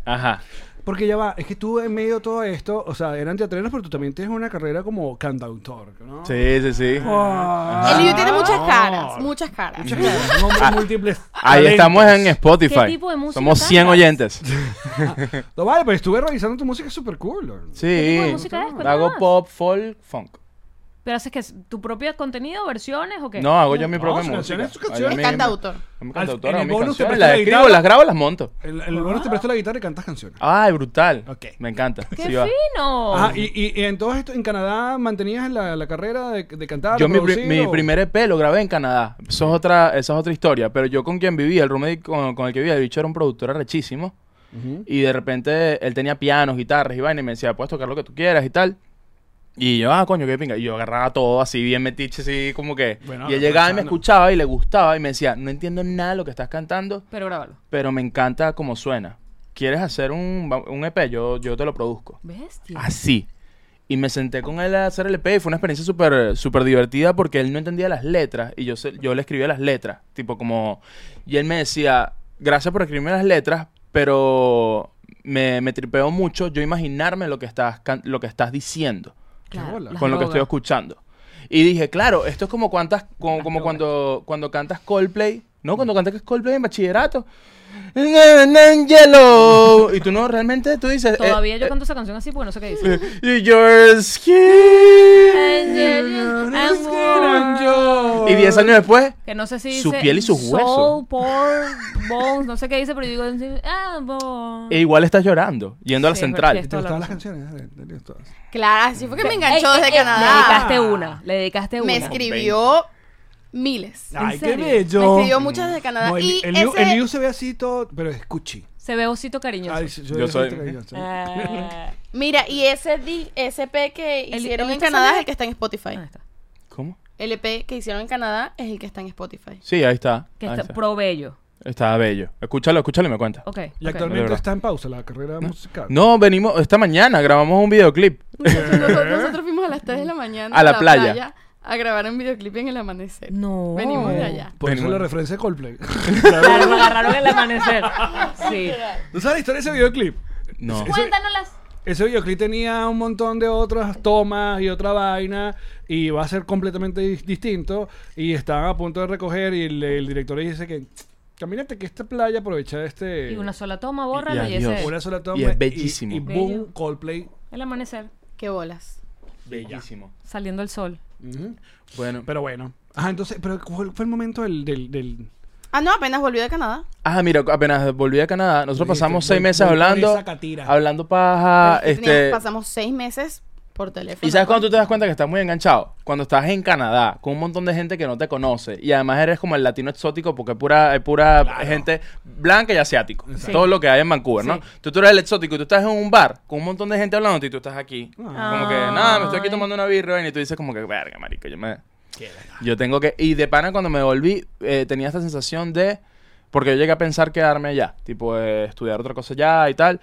Speaker 4: Ajá.
Speaker 3: Porque ya va, es que tú en medio de todo esto, o sea, eran teatrenos, pero tú también tienes una carrera como cantautor, ¿no? Ah,
Speaker 4: Sí, sí, sí.
Speaker 5: El
Speaker 4: Ajá.
Speaker 5: libro tiene muchas caras, muchas caras.
Speaker 3: Muchas gracias. Un hombre
Speaker 4: Ah,
Speaker 3: múltiples.
Speaker 4: Ahí estamos en
Speaker 3: talentos.
Speaker 4: Spotify.
Speaker 2: ¿Qué tipo de música
Speaker 4: Somos 100
Speaker 2: cantas?
Speaker 4: oyentes.
Speaker 3: No vale, pero estuve revisando tu música, es súper cool.
Speaker 4: Sí.
Speaker 2: tipo de música es? ¿Cuál
Speaker 4: Hago
Speaker 2: más?
Speaker 4: pop, folk, funk.
Speaker 2: ¿Pero haces que es tu propio contenido, versiones o qué?
Speaker 4: No, hago yo mi
Speaker 3: No,
Speaker 4: propia
Speaker 3: sus
Speaker 4: música.
Speaker 3: canciones, sus
Speaker 4: Hago
Speaker 3: canciones.
Speaker 4: mi-
Speaker 5: Es cantautor.
Speaker 4: hago mi
Speaker 3: Al-
Speaker 4: cantautora,
Speaker 3: en el
Speaker 4: hago mis
Speaker 3: bonus te
Speaker 4: canciones,
Speaker 3: prestas
Speaker 4: Las
Speaker 3: la
Speaker 4: escribo,
Speaker 3: guitarra.
Speaker 4: las grabo, las monto.
Speaker 3: El, el bueno te prestó la guitarra y cantas canciones.
Speaker 4: Ay, brutal.
Speaker 3: Ok.
Speaker 4: Me encanta.
Speaker 2: ¡Qué
Speaker 4: Sí, va.
Speaker 2: fino!
Speaker 3: Ajá, y, y- y en todo esto, en Canadá mantenías la, la carrera de, de cantar.
Speaker 4: Yo mi, pri-
Speaker 3: producir,
Speaker 4: mi
Speaker 3: o-
Speaker 4: primer EP lo grabé en Canadá. Eso es otra, esa es otra historia. Pero yo con quien vivía, el roommate con, con el que vivía, el bicho era un productor rechísimo. Y de repente él tenía pianos, guitarras y vaina. Y me decía, puedes tocar lo que tú quieras y tal. Y yo, ah, coño, qué pinga. Y yo agarraba todo así, bien metiche, así como que.
Speaker 3: Bueno,
Speaker 4: y él llegaba
Speaker 3: pensando.
Speaker 4: y me escuchaba y le gustaba. Y me decía, no entiendo nada de lo que estás cantando,
Speaker 2: Pero grábalo.
Speaker 4: pero me encanta cómo suena. ¿Quieres hacer un, un EP? Yo, yo te lo produzco
Speaker 2: Bestia.
Speaker 3: Ah,
Speaker 4: así. Y me senté con él a hacer el EP y fue una experiencia súper súper divertida porque él no entendía las letras y yo, se- yo le escribía las letras, tipo como... Y él me decía, gracias por escribirme las letras, pero me, me tripeo mucho yo imaginarme lo que estás, can- lo que estás diciendo
Speaker 2: Claro,
Speaker 3: bola.
Speaker 2: las
Speaker 4: con lo que
Speaker 2: drogas.
Speaker 4: estoy escuchando. Y dije, claro, esto es como cuantas, como, como cuando, cuando cantas Coldplay, ¿no?
Speaker 2: Mm.
Speaker 4: Cuando cantas Coldplay en bachillerato. Yellow. Y tú no, realmente tú dices. eh,
Speaker 2: Todavía yo
Speaker 4: eh,
Speaker 2: canto esa canción así porque no sé qué dice.
Speaker 4: eh, Your skin.
Speaker 2: And-
Speaker 4: Y 10 años después,
Speaker 2: Que no sé si
Speaker 4: Su
Speaker 2: dice
Speaker 4: piel y sus huesos.
Speaker 2: Soul, por, bones, no sé qué dice, pero yo digo, ah, bones.
Speaker 4: e igual estás llorando, yendo a la
Speaker 2: Sí, es
Speaker 4: central.
Speaker 2: verdad.
Speaker 3: ¿Te
Speaker 2: Toda la
Speaker 3: gustaban las
Speaker 2: razón.
Speaker 3: canciones? Dale, dale, todas.
Speaker 5: Claro, así fue que me enganchó
Speaker 2: Ey,
Speaker 5: desde
Speaker 2: ey, ey, eh, Le
Speaker 5: Canadá.
Speaker 2: dedicaste una, le dedicaste una.
Speaker 5: Me escribió miles.
Speaker 3: Ay, qué
Speaker 2: serio?
Speaker 3: bello.
Speaker 5: Me escribió muchas desde Canadá.
Speaker 3: No, el,
Speaker 5: y
Speaker 3: el Liu-
Speaker 5: ese-
Speaker 3: el Liu se ve así todo, pero es cuchi.
Speaker 2: Se ve osito cariñoso.
Speaker 3: Ay, yo,
Speaker 4: Yo soy-
Speaker 2: Ah,
Speaker 5: mira, y ese, di- ese EP que
Speaker 2: El-
Speaker 5: hicieron
Speaker 2: el
Speaker 5: en
Speaker 2: que
Speaker 5: Canadá
Speaker 2: sale-
Speaker 5: es el que está en Spotify.
Speaker 2: ahí está.
Speaker 4: ¿Cómo?
Speaker 5: El EP que hicieron en Canadá es el que está en Spotify.
Speaker 4: Sí, ahí está.
Speaker 2: Que
Speaker 4: ahí
Speaker 2: está,
Speaker 4: está.
Speaker 2: pro bello.
Speaker 4: Está bello. Escúchalo, escúchalo y me cuenta.
Speaker 2: Ok.
Speaker 3: Y
Speaker 2: ok.
Speaker 3: actualmente
Speaker 4: verdad.
Speaker 3: está en pausa la carrera musical.
Speaker 4: No, venimos, esta mañana grabamos un videoclip.
Speaker 5: Nosotros, nosotros fuimos a las 3 de la mañana
Speaker 4: A la playa.
Speaker 5: a grabar un videoclip en el amanecer.
Speaker 2: No.
Speaker 5: Venimos
Speaker 4: Oh.
Speaker 5: de allá.
Speaker 3: Por eso
Speaker 4: Venimos.
Speaker 3: la referencia de Coldplay.
Speaker 2: Claro, me agarraron el amanecer. Sí.
Speaker 3: ¿No sabes la historia de ese videoclip?
Speaker 4: No.
Speaker 2: Cuéntanoslas.
Speaker 3: Ese videoclip tenía un montón de otras tomas y otra vaina y va a ser completamente dis- distinto y estaban a punto de recoger y el, el director le dice que camínate que esta playa aprovecha este
Speaker 2: Y una sola toma, bórralo y,
Speaker 4: Y adiós.
Speaker 2: ese.
Speaker 3: una sola toma
Speaker 4: Y es bellísimo.
Speaker 3: y, boom
Speaker 2: Bello.
Speaker 3: Coldplay
Speaker 2: El amanecer.
Speaker 5: Qué bolas.
Speaker 4: Bellísimo.
Speaker 2: Saliendo el sol.
Speaker 3: Ujú.
Speaker 4: Bueno,
Speaker 3: pero bueno ah entonces pero ¿cuál fue el momento del, del, del-
Speaker 5: Ah, no, apenas volví de Canadá.
Speaker 4: Ah, mira, apenas volví a Canadá, nosotros
Speaker 3: Dijiste,
Speaker 4: pasamos seis
Speaker 3: voy-
Speaker 4: meses
Speaker 3: voy con
Speaker 4: hablando,
Speaker 3: esa catira.
Speaker 4: hablando paja,
Speaker 5: Es que
Speaker 4: este...
Speaker 5: teníamos- pasamos seis meses por teléfono.
Speaker 4: ¿Y sabes cuando tú te das cuenta que estás muy enganchado? Cuando estás en Canadá, con un montón de gente que no te conoce, y además eres como el latino exótico, porque es pura, es pura gente blanca y asiático, todo lo que hay en Vancouver, ¿no?
Speaker 2: Sí.
Speaker 4: Tú, tú eres el exótico y tú estás en un bar con un montón de gente hablando y tú estás aquí, como que, nada, me estoy aquí
Speaker 2: Ay.
Speaker 4: tomando una birra, vaina", y tú dices como que, verga, marico, yo me... Yo tengo que... Y de pana cuando me volví, eh, tenía esta sensación de... Porque yo llegué a pensar quedarme allá, tipo eh, estudiar otra cosa allá y tal.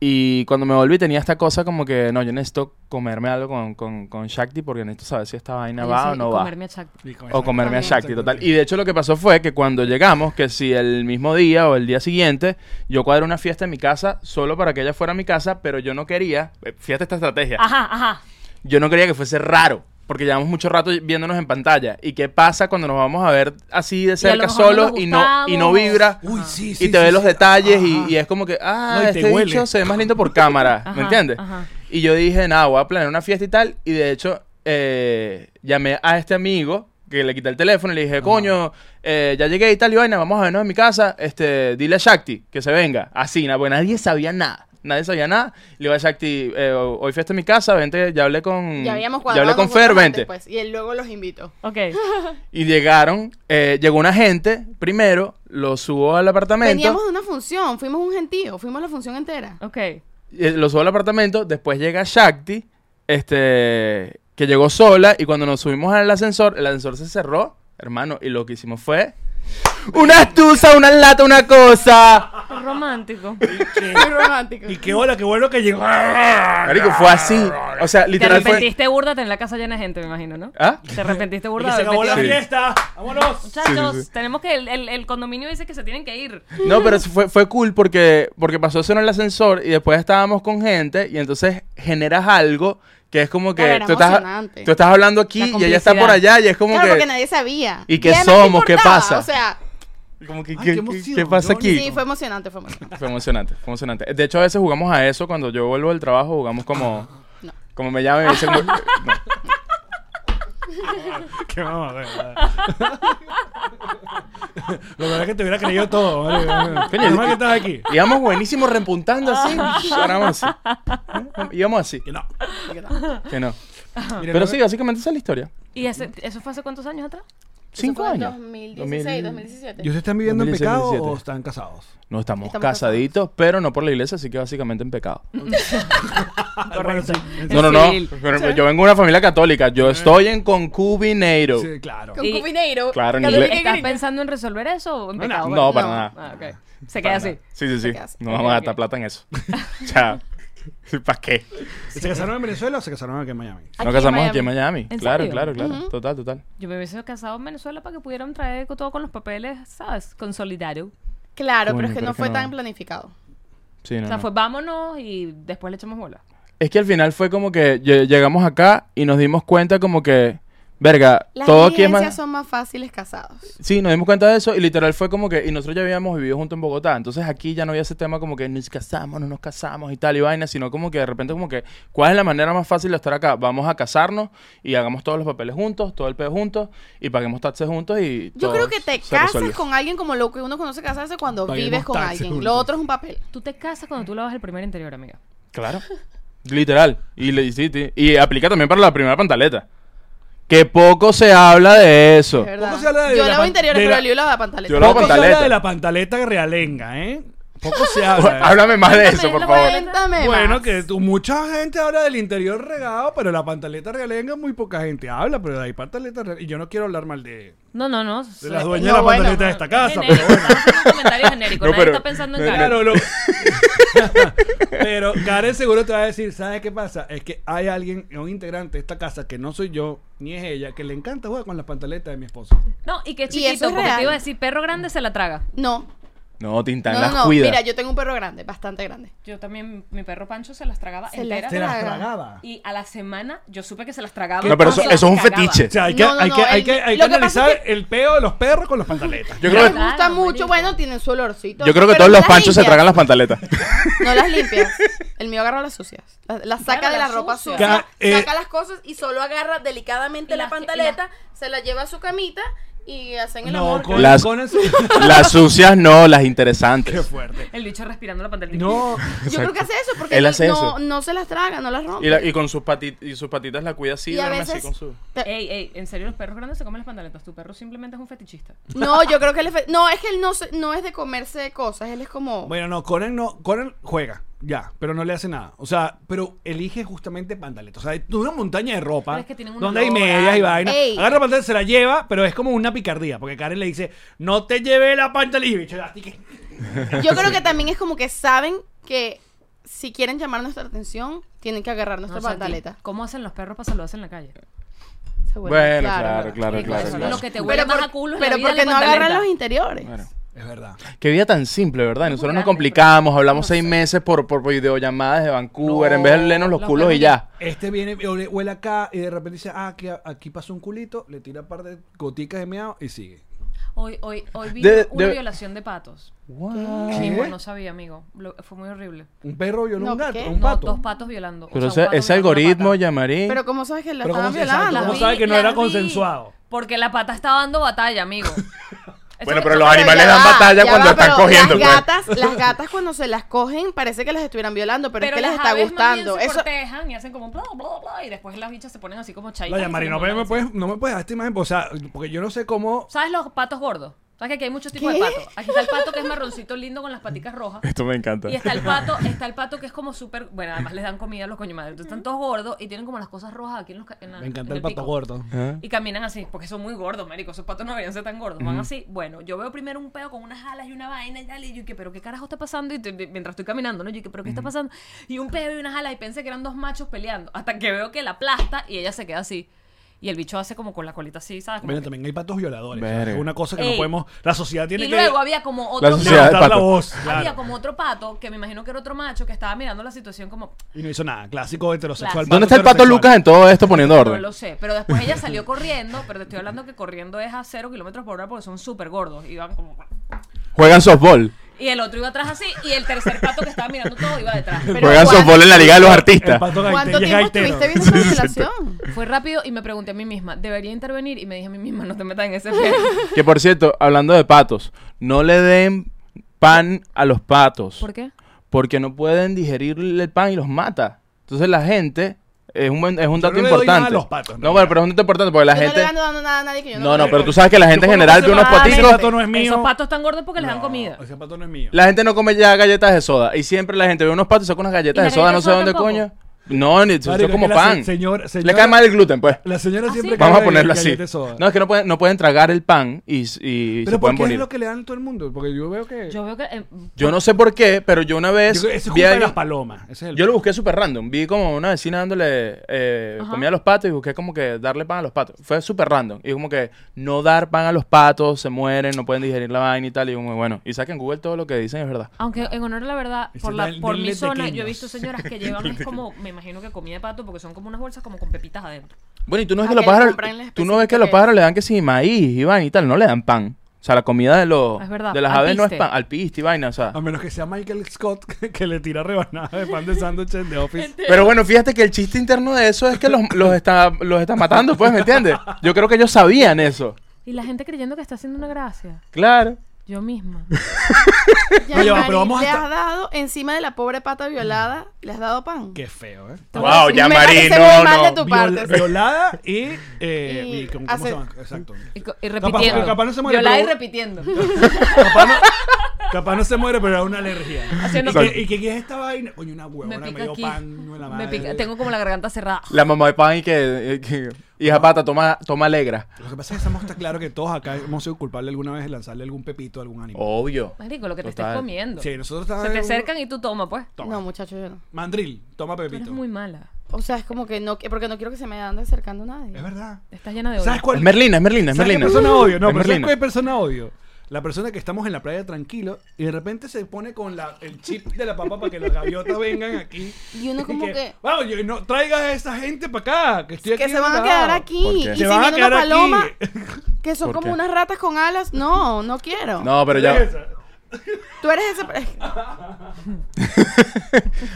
Speaker 4: Y cuando me volví tenía esta cosa como que, no, yo necesito comerme algo con, con, con Shakti porque necesito saber si esta vaina
Speaker 2: Yo
Speaker 4: va
Speaker 2: sí,
Speaker 4: o
Speaker 2: y
Speaker 4: no va.
Speaker 2: comerme a Chuck.
Speaker 4: O comerme a
Speaker 5: Exacto.
Speaker 4: Shakti, total. Y de hecho lo que pasó fue que cuando llegamos, que si el mismo día o el día siguiente, yo cuadré una fiesta en mi casa solo para que ella fuera a mi casa, pero yo no quería, eh, fíjate esta estrategia,
Speaker 2: Ajá, ajá.
Speaker 4: yo no quería que fuese raro. Porque llevamos mucho rato viéndonos en pantalla. ¿Y qué pasa cuando nos vamos a ver así de cerca
Speaker 2: mejor no nos
Speaker 4: solos y no, y no
Speaker 2: gustamos.
Speaker 4: vibra?
Speaker 3: uy sí
Speaker 4: y te ve los detalles y, y es como que, ah,
Speaker 3: No, y te
Speaker 4: este
Speaker 3: huele.
Speaker 4: bicho se ve más lindo por cámara,
Speaker 2: Ajá,
Speaker 4: ¿me entiendes?
Speaker 2: ajá.
Speaker 4: Y yo dije, nada, voy a planear una fiesta y tal. Y de hecho, eh, llamé a este amigo que le quité el teléfono y le dije, coño, eh, ya llegué y tal, y vaina, vamos a vernos en mi casa, este, dile a Shakti que se venga. Así, nada, pues nadie sabía nada. Nadie sabía nada. Le digo a Shakti, eh, hoy fiesta en mi casa, vente, ya hablé con.
Speaker 5: Ya habíamos
Speaker 4: ya
Speaker 5: cuadrado.
Speaker 4: hablé con
Speaker 5: nosotros
Speaker 4: Fer,
Speaker 5: antes,
Speaker 4: vente.
Speaker 5: pues, y él luego los invitó.
Speaker 2: Ok.
Speaker 4: Y llegaron, eh, llegó una gente, primero, lo subo al apartamento.
Speaker 5: Veníamos de una función, fuimos un gentío, fuimos la función entera.
Speaker 2: Ok.
Speaker 4: eh, lo subo al apartamento, después llega Shakti, este, que llegó sola, y cuando nos subimos al ascensor, el ascensor se cerró, hermano, y lo que hicimos fue... Una astuza, una lata, una cosa.
Speaker 2: Romántico.
Speaker 5: Muy romántico.
Speaker 3: y qué hola qué bueno que llegó
Speaker 4: Marico, fue así. O sea,
Speaker 2: Te
Speaker 4: literal fue.
Speaker 2: arrepentiste burda de tener la casa llena de gente, me imagino, ¿no?
Speaker 4: ¿Ah?
Speaker 2: Te arrepentiste
Speaker 3: Y
Speaker 2: burda
Speaker 3: que
Speaker 2: de
Speaker 3: se
Speaker 2: haber
Speaker 3: acabó la
Speaker 2: metido-
Speaker 3: fiesta vámonos
Speaker 2: Muchachos,
Speaker 4: Sí, sí, sí.
Speaker 2: tenemos que el, el- el condominio dice que se tienen que ir.
Speaker 4: No, pero fue, fue cool porque, porque pasó eso en el ascensor y después estábamos con gente y entonces generas algo que es como que
Speaker 5: Claro, era
Speaker 4: tú, estás,
Speaker 5: emocionante.
Speaker 4: tú estás hablando aquí
Speaker 2: La
Speaker 4: y ella está por
Speaker 2: complicidad.
Speaker 4: allá y es como
Speaker 5: claro,
Speaker 4: que...
Speaker 5: porque nadie sabía.
Speaker 4: ¿Y qué
Speaker 5: además no
Speaker 4: somos? ¿Qué
Speaker 5: importaba,
Speaker 4: pasa?
Speaker 5: O sea,
Speaker 4: como que,
Speaker 3: Ay,
Speaker 4: ¿qué-
Speaker 3: qué
Speaker 4: qué-
Speaker 3: emoción,
Speaker 4: ¿Qué pasa
Speaker 3: yo
Speaker 4: aquí?
Speaker 5: sí, fue emocionante, fue emocionante.
Speaker 4: Fue emocionante, fue emocionante. De hecho, a veces jugamos a eso. Cuando yo vuelvo del trabajo, jugamos como.
Speaker 5: No.
Speaker 4: Como me llaman y me dicen. como- no.
Speaker 3: Qué mamá, güey. Lo verdad es que te hubiera creído todo. ¿vale?
Speaker 4: Coño,
Speaker 3: Además que estás aquí.
Speaker 4: Íbamos buenísimos repuntando así. Ahora vamos así. Íbamos así.
Speaker 3: Que no.
Speaker 4: Que no.
Speaker 3: Mira,
Speaker 4: Pero
Speaker 3: no-
Speaker 4: sí, básicamente esa es la historia.
Speaker 2: ¿Y ese- eso fue hace cuántos años atrás?
Speaker 4: Cinco
Speaker 5: Eso fue en
Speaker 4: años.
Speaker 5: 2016,
Speaker 4: 2000.
Speaker 5: 2017.
Speaker 3: ¿Y ustedes están viviendo en
Speaker 4: 2016,
Speaker 3: pecado
Speaker 4: 2017?
Speaker 3: o están casados?
Speaker 4: No estamos,
Speaker 5: Estamos
Speaker 4: casaditos, pero no por la iglesia, así que básicamente en pecado.
Speaker 3: Correcto.
Speaker 4: No, no, no. Pero Yo vengo de una familia católica. Yo estoy en concubinato.
Speaker 3: Sí, claro.
Speaker 5: Con
Speaker 2: Y-
Speaker 5: Cubineiro.
Speaker 4: Claro, en
Speaker 5: Católica
Speaker 4: inglés.
Speaker 5: y
Speaker 2: ¿Estás
Speaker 5: gringa.
Speaker 2: pensando en resolver eso o en
Speaker 4: No,
Speaker 2: pecado? Bueno,
Speaker 4: no, para
Speaker 2: Ah,
Speaker 4: nada.
Speaker 2: ok. Se queda así.
Speaker 4: Sí, sí, sí.
Speaker 5: ¿Qué haces?
Speaker 4: No
Speaker 2: Ok,
Speaker 4: vamos a
Speaker 2: ok.
Speaker 4: gastar plata en eso. O sea, ¿para qué?
Speaker 3: ¿Se casaron en Venezuela o se casaron aquí en Miami?
Speaker 4: Nos
Speaker 5: en
Speaker 4: casamos
Speaker 5: Miami.
Speaker 4: aquí en Miami.
Speaker 2: ¿En
Speaker 4: Claro,
Speaker 2: serio?
Speaker 4: claro, claro. Total, total.
Speaker 2: Yo me hubiese casado en Venezuela para que pudieran traer co- todo con los papeles, ¿sabes? Consolidado.
Speaker 5: Claro, pero
Speaker 4: Coño,
Speaker 5: es que
Speaker 4: pero
Speaker 5: no
Speaker 4: es que
Speaker 5: fue
Speaker 4: no.
Speaker 5: tan planificado.
Speaker 4: Sí, no,
Speaker 2: o sea,
Speaker 4: no.
Speaker 2: fue vámonos y después le echamos bola.
Speaker 4: Es que al final fue como que lle- llegamos acá y nos dimos cuenta como que, verga,
Speaker 5: Las
Speaker 4: todo aquí es
Speaker 5: diligencias
Speaker 4: más...
Speaker 5: son más fáciles casados.
Speaker 4: Sí, nos dimos cuenta de eso y literal fue como que, y nosotros ya habíamos vivido juntos en Bogotá, entonces aquí ya no había ese tema como que nos casamos, no nos casamos y tal y vaina, sino como que de repente como que, ¿cuál es la manera más fácil de estar acá? Vamos a casarnos y hagamos todos los papeles juntos, todo el pedo juntos y paguemos taxes juntos y...
Speaker 5: Yo
Speaker 4: todo
Speaker 5: creo que te
Speaker 4: se
Speaker 5: casas
Speaker 4: resolvió.
Speaker 5: con alguien como lo que uno conoce casarse cuando
Speaker 3: Paguemos
Speaker 5: vives con
Speaker 3: taxes
Speaker 5: alguien.
Speaker 3: juntos.
Speaker 5: Lo otro es un papel.
Speaker 2: Tú te casas cuando tú lavas el primer interior, amiga.
Speaker 4: Claro. Literal. Y, le, y sí, sí. y aplica también para la primera pantaleta. Que poco se habla de eso.
Speaker 5: Es verdad.
Speaker 3: Poco se habla de
Speaker 5: Yo
Speaker 3: la
Speaker 5: lavo
Speaker 3: pan-
Speaker 5: interiores,
Speaker 3: de
Speaker 5: pero
Speaker 3: la-
Speaker 5: Liu lava pantaletas.
Speaker 4: Yo lavo
Speaker 3: Poco se
Speaker 4: pantaleta.
Speaker 3: habla de la pantaleta realenga, ¿eh? Poco se habla. ¿eh?
Speaker 4: Háblame más de eso, por
Speaker 2: la
Speaker 4: favor.
Speaker 2: pantaleta.
Speaker 5: Cuéntame
Speaker 3: Bueno,
Speaker 5: más.
Speaker 3: que tú- mucha gente habla del interior regado, pero la pantaleta realenga muy poca gente habla, pero hay pantaleta real- Y yo no quiero hablar mal de,
Speaker 2: No, no, no. soy-
Speaker 3: de las dueñas
Speaker 5: no,
Speaker 3: de la
Speaker 5: bueno,
Speaker 3: pantaleta de esta casa.
Speaker 2: Genérico,
Speaker 3: Pero bueno,
Speaker 2: estamos haciendo un comentario genérico.
Speaker 4: No,
Speaker 2: Nadie
Speaker 4: pero-
Speaker 2: está pensando en
Speaker 4: pero-
Speaker 2: Karen.
Speaker 3: claro, lo- pero Karen seguro te va a decir, ¿sabes qué pasa? Es que hay alguien, un integrante de esta casa que no soy yo, ni es ella, que le encanta jugar con las pantaletas de mi esposo.
Speaker 2: No, y que es
Speaker 5: Y eso
Speaker 2: chiquito,
Speaker 5: es
Speaker 2: porque
Speaker 5: real.
Speaker 2: te iba a decir, perro grande se la traga.
Speaker 5: No,
Speaker 4: No, Tintán,
Speaker 5: no,
Speaker 4: las
Speaker 5: no, no.
Speaker 4: cuida.
Speaker 5: Mira, yo tengo un perro grande, bastante grande.
Speaker 2: Yo también, mi perro Pancho se las tragaba
Speaker 5: Se las
Speaker 2: enteras.
Speaker 3: Se las
Speaker 5: Traga.
Speaker 3: tragaba.
Speaker 2: Y a la semana yo supe que se las tragaba.
Speaker 4: No, pero eso,
Speaker 2: Yo
Speaker 4: eso es un
Speaker 2: me cagaba.
Speaker 4: fetiche.
Speaker 3: O sea, hay que,
Speaker 5: No, no,
Speaker 3: hay
Speaker 5: no,
Speaker 3: que, hay
Speaker 5: el-
Speaker 3: que, hay que
Speaker 5: lo que pasa
Speaker 3: analizar
Speaker 5: es
Speaker 3: el peo de los perros con las pantaletas.
Speaker 4: Yo
Speaker 5: Les
Speaker 4: creo,
Speaker 2: Claro,
Speaker 5: gusta mucho,
Speaker 2: marico.
Speaker 5: bueno, tienen su olorcito.
Speaker 4: yo creo que
Speaker 5: pero
Speaker 4: todos
Speaker 5: no
Speaker 4: los
Speaker 5: las
Speaker 4: panchos se
Speaker 5: limpias.
Speaker 4: tragan las pantaletas.
Speaker 5: No las limpias. El mío agarra las sucias. Las, las saca
Speaker 2: Claro,
Speaker 5: de la
Speaker 2: las
Speaker 5: ropa
Speaker 2: sucias.
Speaker 5: sucia,
Speaker 3: Ca- eh.
Speaker 5: saca las cosas y solo agarra delicadamente
Speaker 2: Y
Speaker 5: la
Speaker 2: las-
Speaker 5: pantaleta, se la lleva a su camita y hacen el
Speaker 3: No,
Speaker 5: amor.
Speaker 3: con,
Speaker 4: Las-
Speaker 3: con el-
Speaker 4: las sucias no, las interesantes.
Speaker 3: Qué fuerte.
Speaker 2: El bicho respirando la pantalla.
Speaker 3: No,
Speaker 5: Yo creo que hace eso porque
Speaker 4: Él
Speaker 5: no,
Speaker 4: hace eso.
Speaker 5: no- no se las traga, no las rompe.
Speaker 4: Y, la- y con sus pati- y sus patitas la cuida así,
Speaker 5: Y a
Speaker 4: duerme así
Speaker 5: veces-
Speaker 4: con su...
Speaker 5: Te-
Speaker 2: Ey, ey, en serio, los perros grandes se comen las pantaletas. Tu perro simplemente es un fetichista.
Speaker 5: No, yo creo que él es fe- No, es que él no, se- no es de comerse cosas, él es como...
Speaker 3: Bueno, no, Conan no, Conan juega, ya, pero no le hace nada. O sea, pero elige justamente pantaletas. O sea, hay una montaña de ropa
Speaker 2: Pero es que tienen un
Speaker 3: donde hay
Speaker 2: olor,
Speaker 3: medias y
Speaker 2: ay.
Speaker 3: vainas.
Speaker 5: Ey.
Speaker 3: Agarra la pantaleta, se la lleva, pero es como una picardía, porque Karen le dice, no te lleve la pantaleta. Y bicho, así que-
Speaker 5: Yo creo que también es como que saben que si quieren llamar nuestra atención, tienen que agarrar nuestra
Speaker 2: No, Santi,
Speaker 5: pantaleta.
Speaker 2: ¿Cómo hacen los perros para saludarse en la calle?
Speaker 5: Se vuelve
Speaker 4: Bueno,
Speaker 5: ¿verdad?
Speaker 4: claro, claro,
Speaker 2: Ey,
Speaker 4: claro.
Speaker 2: eso es
Speaker 4: claro.
Speaker 2: Lo que te huele más
Speaker 5: por-
Speaker 2: a culo es
Speaker 5: pero
Speaker 2: la vida
Speaker 5: porque
Speaker 2: en la
Speaker 5: no agarran
Speaker 2: pantaleta.
Speaker 5: los interiores.
Speaker 4: Bueno.
Speaker 3: Es verdad.
Speaker 4: Qué vida tan simple, ¿verdad? Y nosotros nos
Speaker 2: grande,
Speaker 4: complicamos, hablamos seis meses por, por videollamadas de Vancouver,
Speaker 3: No,
Speaker 4: en vez de leernos los
Speaker 2: los
Speaker 4: culos
Speaker 2: vemos
Speaker 4: y ya.
Speaker 3: Este viene, huele huele acá y de repente dice, ah, aquí, aquí pasó un culito, le tira un par de goticas de meado y sigue.
Speaker 2: Hoy, hoy, hoy vi
Speaker 4: De-
Speaker 2: una
Speaker 4: de-
Speaker 2: violación de patos.
Speaker 3: ¿Qué?
Speaker 2: Sí, bueno, no sabía, amigo. Lo- fue muy horrible.
Speaker 3: Un perro violó
Speaker 5: No,
Speaker 3: un gato,
Speaker 5: ¿qué?
Speaker 3: un
Speaker 2: No,
Speaker 3: pato.
Speaker 2: dos patos violando.
Speaker 4: Pero
Speaker 2: O sea, un pato
Speaker 4: ese, ese
Speaker 2: violando una
Speaker 4: algoritmo,
Speaker 2: pata.
Speaker 4: Yamarín.
Speaker 5: Pero ¿cómo sabes que la
Speaker 3: Pero
Speaker 5: estaban
Speaker 3: ¿cómo se- exacto,
Speaker 5: violando?
Speaker 3: cómo
Speaker 2: Las
Speaker 3: sabe que no
Speaker 2: las
Speaker 3: era consensuado?
Speaker 2: Porque la pata estaba dando batalla, amigo. Eso-
Speaker 4: Bueno,
Speaker 2: eso-
Speaker 4: pero los
Speaker 5: Pero
Speaker 4: animales
Speaker 5: ya
Speaker 4: dan
Speaker 5: va,
Speaker 4: batalla
Speaker 5: ya
Speaker 4: cuando
Speaker 5: va,
Speaker 4: están
Speaker 5: pero
Speaker 4: cogiendo.
Speaker 5: Las
Speaker 4: pues.
Speaker 5: gatas, las gatas cuando se las cogen parece que las estuvieran violando, pero, es que les
Speaker 2: las
Speaker 5: está
Speaker 2: aves más bien
Speaker 5: gustando.
Speaker 2: se
Speaker 5: Eso,
Speaker 2: cortejan y hacen como bla, bla, bla, y después las bichas se ponen así como chaitas.
Speaker 3: Vaya, Mari, no me, me puedes, no me puedes dar esta imagen, o sea, porque yo no sé cómo...
Speaker 2: ¿Sabes los patos gordos? ¿Sabes que aquí hay muchos tipos
Speaker 5: ¿Qué?
Speaker 2: de patos? Aquí está el pato que es marroncito lindo con las paticas rojas.
Speaker 4: Esto me encanta.
Speaker 2: Y está el pato, está el pato que es como súper, bueno, además les dan comida a los coño madre. Entonces están todos gordos y tienen como las cosas rojas aquí en los ca- en la-
Speaker 3: Me encanta
Speaker 2: en
Speaker 3: el pato
Speaker 2: Ah, pico.
Speaker 3: gordo.
Speaker 4: Ajá.
Speaker 2: Y caminan así, porque son muy gordos, marico. Esos patos no deberían ser tan gordos. Van así. Bueno, yo veo primero un pedo con unas alas y una vaina y tal. Y yo que, pero qué carajo está pasando. Y te- mientras estoy caminando, ¿no? Yo que, pero qué está pasando. Y un pedo y unas alas. Y pensé que eran dos machos peleando. Hasta que veo que la aplasta y ella se queda así. Y el bicho hace como con la colita así, ¿sabes? Como
Speaker 3: Bueno,
Speaker 2: que-
Speaker 3: también hay patos violadores.
Speaker 4: Verga.
Speaker 3: o sea, Es una cosa que no
Speaker 2: Ey.
Speaker 3: podemos. La sociedad tiene
Speaker 2: Y
Speaker 3: que.
Speaker 2: luego había como otro
Speaker 4: sociedad
Speaker 2: macho.
Speaker 3: levantar
Speaker 4: del
Speaker 3: la
Speaker 4: pato.
Speaker 3: voz. claro.
Speaker 2: Había como otro pato, que me imagino que era otro macho, que estaba mirando la situación como,
Speaker 3: Y no hizo nada. Clásico heterosexual.
Speaker 2: Clásico.
Speaker 4: ¿Dónde está el pato Lucas en todo esto poniendo
Speaker 2: No
Speaker 4: orden?
Speaker 2: lo sé, pero después ella salió corriendo, pero te estoy hablando que corriendo es a cero kilómetros por hora porque son súper gordos. Y van como...
Speaker 4: Juegan softball.
Speaker 2: Y el otro iba atrás así, y el tercer pato que estaba mirando todo iba detrás.
Speaker 5: Pero
Speaker 4: Juegan
Speaker 5: ¿cuál-
Speaker 4: softball en la Liga de los
Speaker 3: El
Speaker 4: Artistas.
Speaker 3: pato gaite-
Speaker 5: ¿Cuánto
Speaker 3: y es
Speaker 5: tiempo
Speaker 3: gaitero.
Speaker 5: estuviste viendo esa violación?
Speaker 2: Fue rápido y me pregunté a mí misma, ¿debería intervenir? Y me dije a mí misma, no te metas en ese pedo.
Speaker 4: Que por cierto, hablando de patos, no le den pan a los patos.
Speaker 2: ¿Por qué?
Speaker 4: Porque no pueden digerir el pan y los mata. Entonces la gente. Es un, buen- es un
Speaker 3: Yo
Speaker 4: dato
Speaker 3: no le doy
Speaker 4: importante.
Speaker 3: nada a los patos, en
Speaker 4: no,
Speaker 3: realidad.
Speaker 4: bueno, pero es un dato importante porque la
Speaker 5: Yo no
Speaker 4: gente.
Speaker 5: le ando dando nada a nadie que yo no
Speaker 4: No, no,
Speaker 5: conozco.
Speaker 4: pero tú sabes que la gente en general ve unos
Speaker 3: Ah, ese
Speaker 4: poticos.
Speaker 3: pato no es mío.
Speaker 2: Esos patos están gordos porque les dan
Speaker 3: No,
Speaker 2: comida.
Speaker 3: Ese pato no es mío.
Speaker 4: La gente no come ya galletas de soda. Y siempre la gente ve unos patos y saca unas galletas
Speaker 2: ¿Y
Speaker 4: de
Speaker 2: las
Speaker 4: soda, no
Speaker 2: galletas
Speaker 4: sé
Speaker 2: de
Speaker 4: dónde
Speaker 2: soda
Speaker 4: coño.
Speaker 2: tampoco?
Speaker 4: No, ni, eso
Speaker 3: Marico,
Speaker 4: es como
Speaker 3: que la
Speaker 4: pan.
Speaker 3: se- señor-
Speaker 4: Le
Speaker 3: señora-
Speaker 4: cae mal el gluten, pues.
Speaker 3: La señora siempre
Speaker 2: ¿Ah, sí?
Speaker 3: cae
Speaker 4: Vamos a
Speaker 3: de
Speaker 4: ponerlo
Speaker 3: galleta
Speaker 4: así.
Speaker 3: de soda.
Speaker 4: No, es que no pueden, no pueden tragar el pan y, y se
Speaker 3: Pero ¿por
Speaker 4: pueden
Speaker 3: qué es
Speaker 4: morir.
Speaker 3: lo que le dan a todo el mundo? Porque yo veo que...
Speaker 2: Yo veo que. eh,
Speaker 4: Yo no sé por qué, pero yo una
Speaker 3: Yo
Speaker 4: vez.
Speaker 3: creo que eso es
Speaker 4: vi
Speaker 3: culpa
Speaker 4: a
Speaker 3: de las
Speaker 4: alguien-
Speaker 3: palomas. Ese es el
Speaker 4: yo lo busqué súper random. Vi como una vecina dándole eh, comida a los patos y busqué como que darle pan a los patos. Fue súper random. Y como que no dar pan a los patos, se mueren, no pueden digerir la vaina y tal. Y como, bueno, y saquen Google todo lo que dicen, es verdad.
Speaker 2: Aunque en honor a la verdad,
Speaker 3: Ese
Speaker 2: por, la,
Speaker 3: da el
Speaker 2: por
Speaker 3: del
Speaker 2: mi
Speaker 3: de
Speaker 2: zona, yo
Speaker 3: pequeños.
Speaker 2: he visto señoras que llevan, es como, me imagino que comida de pato, porque son como unas bolsas como con pepitas adentro.
Speaker 4: Bueno, y tú no ves que
Speaker 5: Ah,
Speaker 4: los
Speaker 5: que le
Speaker 4: pájaros.
Speaker 5: compran el
Speaker 4: Tú no ves que
Speaker 5: específico
Speaker 4: los
Speaker 5: que-
Speaker 4: pájaros le dan que sí, maíz y vaina y tal. No le dan pan. O sea, la comida de los
Speaker 2: Es verdad,
Speaker 4: de las
Speaker 2: al
Speaker 4: aves no es
Speaker 2: piste.
Speaker 4: pan, al piste y vaina, o sea.
Speaker 3: A menos que sea Michael Scott que, que le tira rebanadas de pan de sándwich en The Office.
Speaker 4: Pero bueno, fíjate que el chiste interno de eso es que los, los está, los está matando, pues, ¿me entiendes? Yo creo que ellos sabían eso.
Speaker 2: Y la gente creyendo que está haciendo una gracia.
Speaker 4: Claro.
Speaker 2: Yo misma.
Speaker 5: Ya,
Speaker 3: ya va,
Speaker 5: Mari,
Speaker 3: pero vamos
Speaker 5: le
Speaker 3: hasta-
Speaker 5: has dado encima de la pobre pata violada, le has dado pan.
Speaker 3: Qué feo, ¿eh?
Speaker 4: Wow, ya
Speaker 5: Me
Speaker 4: Mari,
Speaker 5: parece
Speaker 4: no,
Speaker 5: muy mal
Speaker 4: no.
Speaker 5: de tu
Speaker 3: Viol-
Speaker 5: parte.
Speaker 3: violada y... eh,
Speaker 5: Y
Speaker 3: y ¿cómo- cómo
Speaker 5: hace-
Speaker 3: se llama? Exacto.
Speaker 2: Y, co- y repitiendo.
Speaker 3: capaz no se muere,
Speaker 2: Violada
Speaker 3: pero-
Speaker 2: y repitiendo.
Speaker 3: Capaz no, capaz no se muere, pero era una alergia.
Speaker 2: Haciendo-
Speaker 3: ¿Y, que, ¿Y que- qué es esta vaina? Coño, una
Speaker 2: me
Speaker 3: huevona me,
Speaker 2: pica
Speaker 3: dio
Speaker 2: aquí.
Speaker 3: pan no en la
Speaker 2: Me
Speaker 3: madre.
Speaker 2: pica- tengo como la garganta cerrada.
Speaker 4: La mamá de pan y que, eh, que- hija pata, toma, toma alegra.
Speaker 3: Lo que pasa es que estamos tan claro que todos acá hemos sido culpables alguna vez de lanzarle algún pepito a algún animal.
Speaker 4: Obvio.
Speaker 2: Marico, lo que te
Speaker 4: Total.
Speaker 2: estés comiendo.
Speaker 3: Sí, nosotros
Speaker 2: Oh. Se
Speaker 3: estábamos...
Speaker 2: te acercan y tú toma, pues.
Speaker 3: Toma.
Speaker 5: No, muchacho, yo no.
Speaker 3: Mandril, toma
Speaker 2: Tú eres
Speaker 3: pepito.
Speaker 2: muy mala.
Speaker 5: O sea, es como que no, que- porque no quiero que se me ande acercando nadie.
Speaker 3: Es verdad.
Speaker 2: Estás llena de odio.
Speaker 3: ¿Sabes cuál?
Speaker 4: Es Merlina, es Merlina, es
Speaker 3: ¿Sabes qué
Speaker 4: Merlina.
Speaker 3: persona odio? No, pero
Speaker 4: Es
Speaker 3: ¿sabes
Speaker 4: Merlina.
Speaker 3: qué persona odio? La persona que estamos en la playa tranquilo y de repente se pone con la, el chip de la papa para que las gaviotas vengan aquí.
Speaker 5: Y uno como que-
Speaker 3: Vamos, yo- no, traiga a esa gente para acá. Que, estoy
Speaker 5: que
Speaker 3: aquí
Speaker 5: se van a
Speaker 3: botado".
Speaker 5: quedar aquí.
Speaker 4: ¿Por qué?
Speaker 5: Y
Speaker 4: Se
Speaker 5: si
Speaker 3: van a
Speaker 5: viene una
Speaker 3: quedar
Speaker 5: paloma,
Speaker 3: aquí.
Speaker 5: que son
Speaker 4: ¿Por
Speaker 5: como
Speaker 4: qué?
Speaker 5: unas ratas con alas, no, no quiero.
Speaker 4: No, pero ya.
Speaker 3: Regresa.
Speaker 5: Tú eres ese.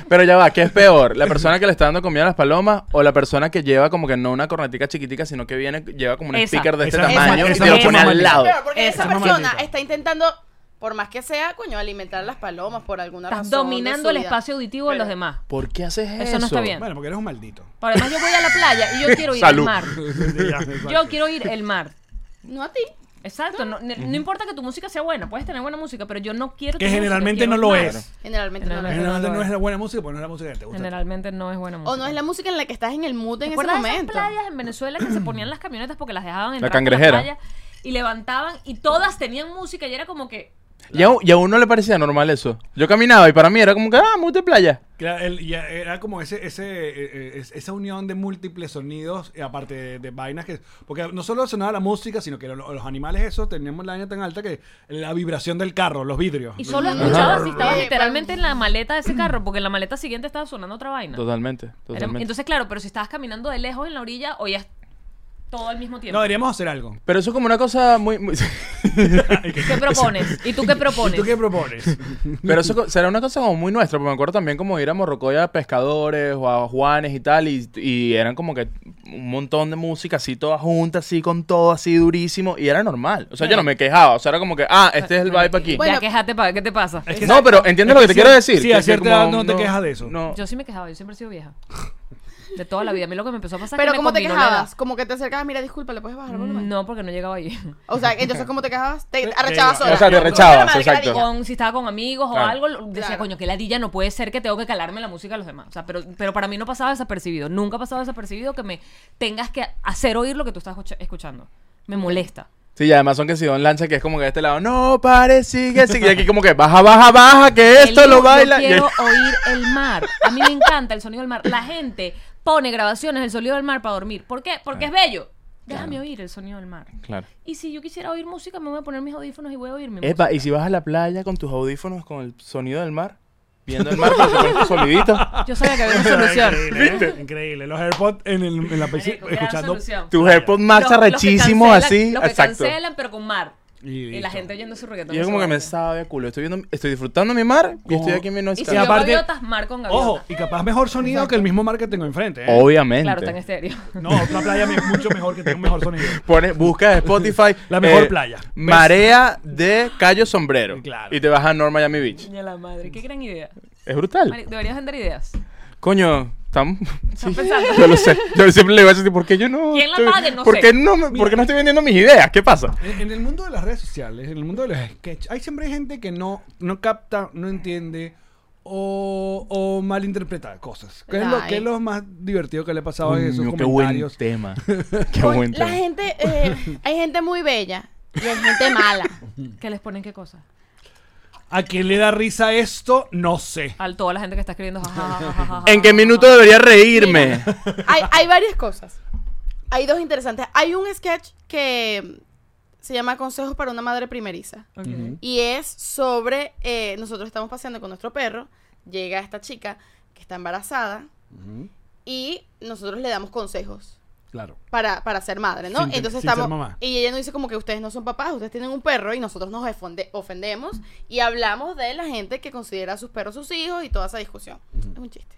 Speaker 4: Pero ya va, ¿qué es peor? ¿La persona que le está dando comida a las palomas o la persona que lleva como que no una cornetica chiquitica, sino que viene, lleva como un
Speaker 2: Esa.
Speaker 4: speaker de este
Speaker 3: Esa-
Speaker 4: tamaño
Speaker 3: esa-
Speaker 4: y te lo
Speaker 2: esa-
Speaker 4: pone
Speaker 2: esa-
Speaker 4: al lado?
Speaker 5: Claro,
Speaker 2: Esa
Speaker 5: porque esa persona
Speaker 3: mamadita.
Speaker 5: está intentando, por más que sea, coño, alimentar a las palomas por alguna
Speaker 2: Estás
Speaker 5: razón. de su
Speaker 2: dominando el
Speaker 5: vida.
Speaker 2: espacio auditivo de los demás.
Speaker 4: ¿Por qué haces eso?
Speaker 2: Eso no está bien.
Speaker 3: Bueno, porque eres un maldito.
Speaker 2: Por además, yo voy a la playa y yo quiero ir
Speaker 4: Salud.
Speaker 2: al mar.
Speaker 3: Ya, exacto.
Speaker 2: Yo quiero ir al mar.
Speaker 5: No a ti.
Speaker 2: Exacto. No, ne- no importa que tu música sea buena. Puedes tener buena música, pero yo no quiero
Speaker 3: que
Speaker 2: tu música,
Speaker 3: generalmente
Speaker 2: quiero
Speaker 3: no lo
Speaker 2: mar.
Speaker 3: es.
Speaker 5: Generalmente no. lo
Speaker 2: Generalmente.
Speaker 5: es.
Speaker 3: Generalmente no es la buena música, porque no es la música que te gusta.
Speaker 2: Generalmente no es buena música.
Speaker 5: O no es la música en la que estás en el mood en ese
Speaker 2: ¿Recuerdas
Speaker 5: momento.
Speaker 2: esas playas en Venezuela que se ponían las camionetas porque las dejaban en
Speaker 4: cangrejera.
Speaker 2: y levantaban y todas tenían música y era como que
Speaker 4: Y a, y a uno le parecía normal eso. Yo caminaba y para mí era como que, ah, muy de playa.
Speaker 3: Claro, el- ya era como ese, ese, eh, eh, es- esa unión de múltiples sonidos, eh, aparte de, de vainas que... Porque no solo sonaba la música, sino que lo- los animales esos teníamos la vaina tan alta que la vibración del carro, los vidrios.
Speaker 2: y solo escuchabas
Speaker 5: Ajá.
Speaker 2: si estabas
Speaker 5: Eh,
Speaker 2: literalmente en la maleta de ese carro porque en la maleta siguiente estaba sonando otra vaina.
Speaker 4: Totalmente,
Speaker 2: Era-
Speaker 4: totalmente.
Speaker 2: entonces claro, pero si estabas caminando de lejos en la orilla oías todo al mismo tiempo.
Speaker 3: No, deberíamos hacer algo.
Speaker 4: Pero eso es como una cosa muy... muy-
Speaker 2: ¿Qué propones? ¿Y tú qué propones?
Speaker 3: ¿Y tú qué propones?
Speaker 4: Pero eso co- será una cosa como muy nuestra, porque me acuerdo también como ir a Morrocoy a pescadores o a Juanes y tal, y, y eran como que un montón de música así, todas juntas, así, con todo así durísimo, y era normal. O sea, yo no me quejaba, o sea, era como que, ah, este es el vibe aquí.
Speaker 5: Bueno,
Speaker 2: ya quejate para qué te pasa.
Speaker 3: Es que-
Speaker 4: no, pero
Speaker 3: es
Speaker 4: entiendes lo
Speaker 3: que
Speaker 4: que te
Speaker 3: sí-
Speaker 4: quiero decir.
Speaker 3: sí,
Speaker 4: que
Speaker 3: a
Speaker 4: es que
Speaker 3: cierta
Speaker 4: como
Speaker 3: edad no te quejas de eso.
Speaker 4: No.
Speaker 2: Yo sí me quejaba, yo siempre he sido vieja. De toda la vida. A mí lo que me empezó a pasar es
Speaker 5: Pero
Speaker 2: que me
Speaker 5: ¿cómo te
Speaker 2: combinó la edad.
Speaker 5: quejabas? Como que te acercabas, mira, disculpa, ¿le puedes bajar el volumen?
Speaker 2: No, porque no llegaba ahí.
Speaker 5: O sea, entonces, ¿cómo te quejabas? Te arrechabas
Speaker 3: O
Speaker 5: sola.
Speaker 4: sea, te arrechabas,
Speaker 5: Madre, qué
Speaker 4: exacto.
Speaker 5: ladilla.
Speaker 2: con- si estaba con amigos
Speaker 4: Claro.
Speaker 2: o algo, lo- decía,
Speaker 5: Claro.
Speaker 2: coño, que ladilla no puede ser que tengo que calarme la música de los demás. O sea, pero, pero para mí no pasaba desapercibido. Nunca ha pasado desapercibido que me tengas que hacer oír lo que tú estás escucha- escuchando. Me molesta.
Speaker 4: Sí, y además son que si Don Lanza, que es como que de este lado, no, pare, sigue, sigue, y aquí como que baja, baja, baja, que esto
Speaker 2: El-
Speaker 4: lo
Speaker 2: yo
Speaker 4: baila. y-
Speaker 2: quiero oír el mar. A mí me encanta el sonido del mar. La gente pone grabaciones del sonido del mar para dormir. ¿Por qué?
Speaker 4: Ah.
Speaker 2: Porque es bello. Déjame oír el sonido del mar.
Speaker 4: Claro.
Speaker 2: Y si yo quisiera oír música, me voy a poner mis audífonos y voy a oír mi música.
Speaker 4: Epa, y si vas a la playa con tus audífonos con el sonido del mar, viendo el mar, pero te pones tu sonidito,
Speaker 2: Yo sabía que había una solución.
Speaker 3: Increíble, ¿eh? increíble. Los AirPods en, el- en la piscina
Speaker 2: Marico, gran
Speaker 3: escuchando.
Speaker 2: solución.
Speaker 4: tus AirPods Max
Speaker 2: Los- los que
Speaker 4: arrechísimos
Speaker 2: cancelan-
Speaker 4: así.
Speaker 2: Los que
Speaker 4: exacto.
Speaker 2: cancelan, pero con mar.
Speaker 3: Y
Speaker 2: Y,
Speaker 3: listo.
Speaker 2: la gente oyendo su reggaetón.
Speaker 4: Y es como que me sabe a culo. Estoy, viendo, estoy disfrutando mi mar y
Speaker 3: Como-
Speaker 4: estoy aquí en mi
Speaker 2: Y
Speaker 4: noche.
Speaker 2: si
Speaker 3: Y
Speaker 2: yo
Speaker 3: aparte-
Speaker 2: gaviotas, mar con gaviotas.
Speaker 3: Ojo, y capaz mejor sonido que el mismo mar que tengo enfrente. ¿eh?
Speaker 4: Obviamente.
Speaker 2: Claro, está en estéreo.
Speaker 3: No, otra playa me- mucho mejor que tenga un mejor sonido.
Speaker 4: Pone, busca en Spotify. eh,
Speaker 3: La mejor playa.
Speaker 4: Marea de Cayo Sombrero.
Speaker 3: Claro.
Speaker 4: Y te vas a North Miami Beach.
Speaker 2: Coño, la madre, qué gran idea.
Speaker 4: Es brutal.
Speaker 2: Mari- Deberías vender ideas.
Speaker 4: Coño, estamos.
Speaker 2: Estás pensando.
Speaker 4: Yo lo sé. Yo siempre le voy a decir, ¿por qué yo no?
Speaker 2: ¿Quién la
Speaker 4: estoy-
Speaker 2: pague? No
Speaker 4: ¿por
Speaker 2: sé.
Speaker 4: Qué no me- ¿Por qué no estoy vendiendo mis ideas? ¿Qué pasa?
Speaker 3: En en el mundo de las redes sociales, en el mundo de los sketches, hay siempre gente que no, no capta, no entiende o, o malinterpretar cosas? ¿Qué es, lo,
Speaker 5: Ay.
Speaker 3: qué es lo más divertido que le ha pasado en esos
Speaker 4: Coño, qué buen
Speaker 3: comentarios?
Speaker 4: tema. Qué
Speaker 5: Con-
Speaker 4: buen
Speaker 5: la
Speaker 4: tema.
Speaker 5: gente, eh, hay gente muy bella y hay gente mala.
Speaker 2: ¿Qué les ponen qué cosa?
Speaker 3: ¿A quién le da risa esto? No sé.
Speaker 2: A toda la gente que está escribiendo. "Ja, ja, ja, ja, ja,
Speaker 4: ¿En
Speaker 2: ja,
Speaker 4: qué
Speaker 2: ja,
Speaker 4: minuto debería reírme?
Speaker 5: Hay, hay varias cosas. Hay dos interesantes. Hay un sketch que se llama Consejos para una madre primeriza.
Speaker 2: ja". Ok.
Speaker 5: Y es sobre, eh, nosotros estamos paseando con nuestro perro, llega esta chica que está embarazada y nosotros le damos consejos.
Speaker 3: Claro.
Speaker 5: para, para ser madre, ¿no?
Speaker 3: Sin te-
Speaker 5: Entonces
Speaker 3: sin ser
Speaker 5: estamos.
Speaker 3: mamá.
Speaker 5: Y ella nos dice como que ustedes no son papás, ustedes tienen un perro y nosotros nos ofende- ofendemos y hablamos de la gente que considera a sus perros sus hijos y toda esa discusión. Es un chiste.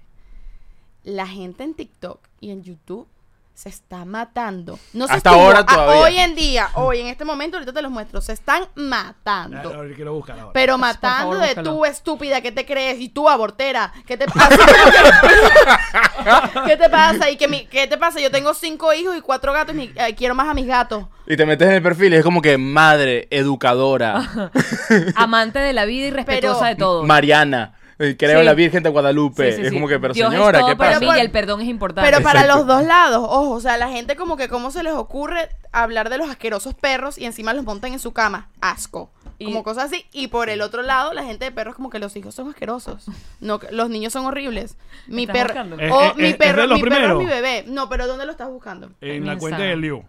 Speaker 5: La gente en TikTok y en YouTube se está matando. No se
Speaker 4: Hasta
Speaker 5: estuvo-
Speaker 4: ahora
Speaker 5: a-
Speaker 4: todavía.
Speaker 5: hoy en día, hoy en este momento, ahorita te los muestro, se están matando.
Speaker 3: A ver, quiero buscar ahora.
Speaker 5: Pero
Speaker 2: Por favor,
Speaker 5: matando de
Speaker 2: búscalo.
Speaker 5: tú, estúpida, ¿qué te crees? Y tú, abortera, ¿qué te pasa? ¿Qué te pasa? ¿Y que mi- qué te pasa? Yo tengo cinco hijos y cuatro gatos y mi- ay, quiero más a mis gatos.
Speaker 4: Y te metes en el perfil y es como que madre, educadora,
Speaker 2: Amante de la vida y respetuosa
Speaker 5: Pero-
Speaker 2: de todo.
Speaker 4: Mariana, eh, creo
Speaker 2: Sí.
Speaker 4: en la Virgen de Guadalupe.
Speaker 2: Sí, sí,
Speaker 4: Es
Speaker 2: sí.
Speaker 4: como que, pero
Speaker 2: Dios
Speaker 4: señora,
Speaker 2: es todo
Speaker 4: ¿qué
Speaker 2: para
Speaker 4: pasa?
Speaker 2: mí y el perdón es importante.
Speaker 5: Pero para
Speaker 4: Exacto.
Speaker 5: los dos lados, ojo, o sea, la gente como que cómo se les ocurre hablar de los asquerosos perros y encima los montan en su cama. Asco.
Speaker 2: Y-
Speaker 5: Como cosas así. Y por el otro lado, la gente de perros como que los hijos son asquerosos. No, que- los niños son horribles. Mi
Speaker 2: ¿Estás
Speaker 5: perro...
Speaker 2: buscando?
Speaker 3: Eh,
Speaker 5: O
Speaker 3: eh, eh,
Speaker 5: mi
Speaker 3: es
Speaker 5: perro,
Speaker 3: de los
Speaker 5: mi perro es
Speaker 3: primeros.
Speaker 5: mi bebé. No, pero ¿dónde lo estás buscando?
Speaker 3: En la
Speaker 2: En
Speaker 3: cuenta
Speaker 2: Instagram.
Speaker 3: de Liu.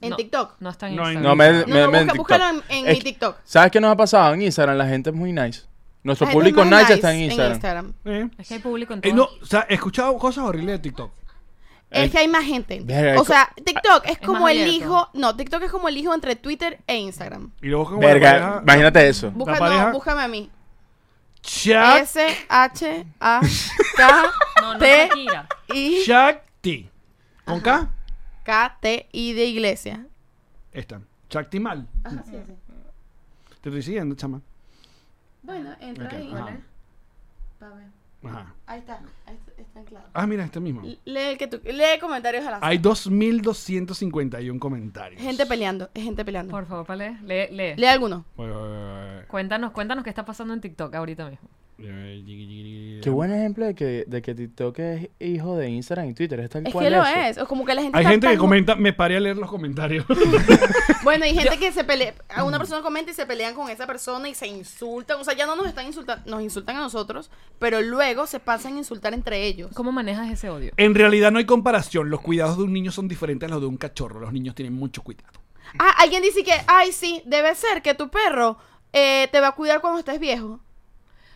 Speaker 5: En
Speaker 2: No,
Speaker 5: TikTok.
Speaker 2: No está en
Speaker 3: No, en-
Speaker 2: Instagram.
Speaker 4: No, me, me,
Speaker 5: No,
Speaker 4: me
Speaker 5: busca-
Speaker 4: en TikTok.
Speaker 5: búscalo en- en
Speaker 4: Es
Speaker 5: mi
Speaker 4: que-
Speaker 5: TikTok.
Speaker 4: ¿Sabes qué nos ha pasado? En Instagram la gente es muy nice. Nuestro
Speaker 5: La gente
Speaker 4: público
Speaker 5: es
Speaker 4: nice,
Speaker 5: muy
Speaker 4: está en
Speaker 5: nice
Speaker 4: Instagram.
Speaker 3: Eh.
Speaker 2: Es que hay público en
Speaker 3: Eh,
Speaker 2: todo.
Speaker 3: no, o sea, he escuchado cosas horribles de TikTok.
Speaker 5: Es
Speaker 4: Eh,
Speaker 5: que hay más gente.
Speaker 4: Verga,
Speaker 5: O sea, TikTok es
Speaker 2: más
Speaker 5: como el
Speaker 2: abierto.
Speaker 5: hijo. No, TikTok es como el hijo entre Twitter e Instagram.
Speaker 3: Y luego como la
Speaker 4: Verga,
Speaker 3: pareja-
Speaker 4: imagínate eso.
Speaker 5: Busca,
Speaker 3: pareja-
Speaker 5: no, búscame a mí.
Speaker 3: Shaq,
Speaker 2: No, no, Shakira.
Speaker 5: S-H-A-K-T-I-K-T-I
Speaker 3: Shaq T. ¿Con K?
Speaker 5: de iglesia.
Speaker 3: Esta. Shaq T mal. Te estoy siguiendo, chama.
Speaker 5: Bueno, entra
Speaker 3: Ok,
Speaker 5: ahí.
Speaker 3: ajá.
Speaker 5: Pa' ver.
Speaker 3: Ajá.
Speaker 5: Ahí está. Ahí está, está anclado.
Speaker 3: Ah, mira, este mismo.
Speaker 5: Lee, el que tú, lee comentarios a la
Speaker 3: Hay 2.251 comentarios.
Speaker 5: Gente peleando. Es gente peleando.
Speaker 2: Por favor, Pale, lee, lee.
Speaker 5: Lee alguno.
Speaker 3: Voy, voy, voy,
Speaker 2: Cuéntanos, cuéntanos qué está pasando en TikTok ahorita mismo.
Speaker 3: voy.
Speaker 4: Qué buen ejemplo de que, de que TikTok es hijo de Instagram y Twitter. Es tal
Speaker 5: Es
Speaker 4: cual
Speaker 5: que lo
Speaker 4: eso.
Speaker 5: es. O como que la gente
Speaker 3: Hay
Speaker 5: está
Speaker 3: gente que
Speaker 5: tan-
Speaker 3: comenta, me paré a leer los comentarios.
Speaker 5: Bueno, hay gente que se pelea, a una persona comenta y se pelean con esa persona y se insultan, o sea, ya no nos están insultando, nos insultan a nosotros, pero luego se pasan a insultar entre ellos.
Speaker 2: ¿Cómo manejas ese odio?
Speaker 3: en realidad no hay comparación. Los cuidados de un niño son diferentes a los de un cachorro. Los niños tienen mucho cuidado.
Speaker 5: Ah, alguien dice que, ay, sí, debe ser que tu perro eh, te va a cuidar cuando estés viejo.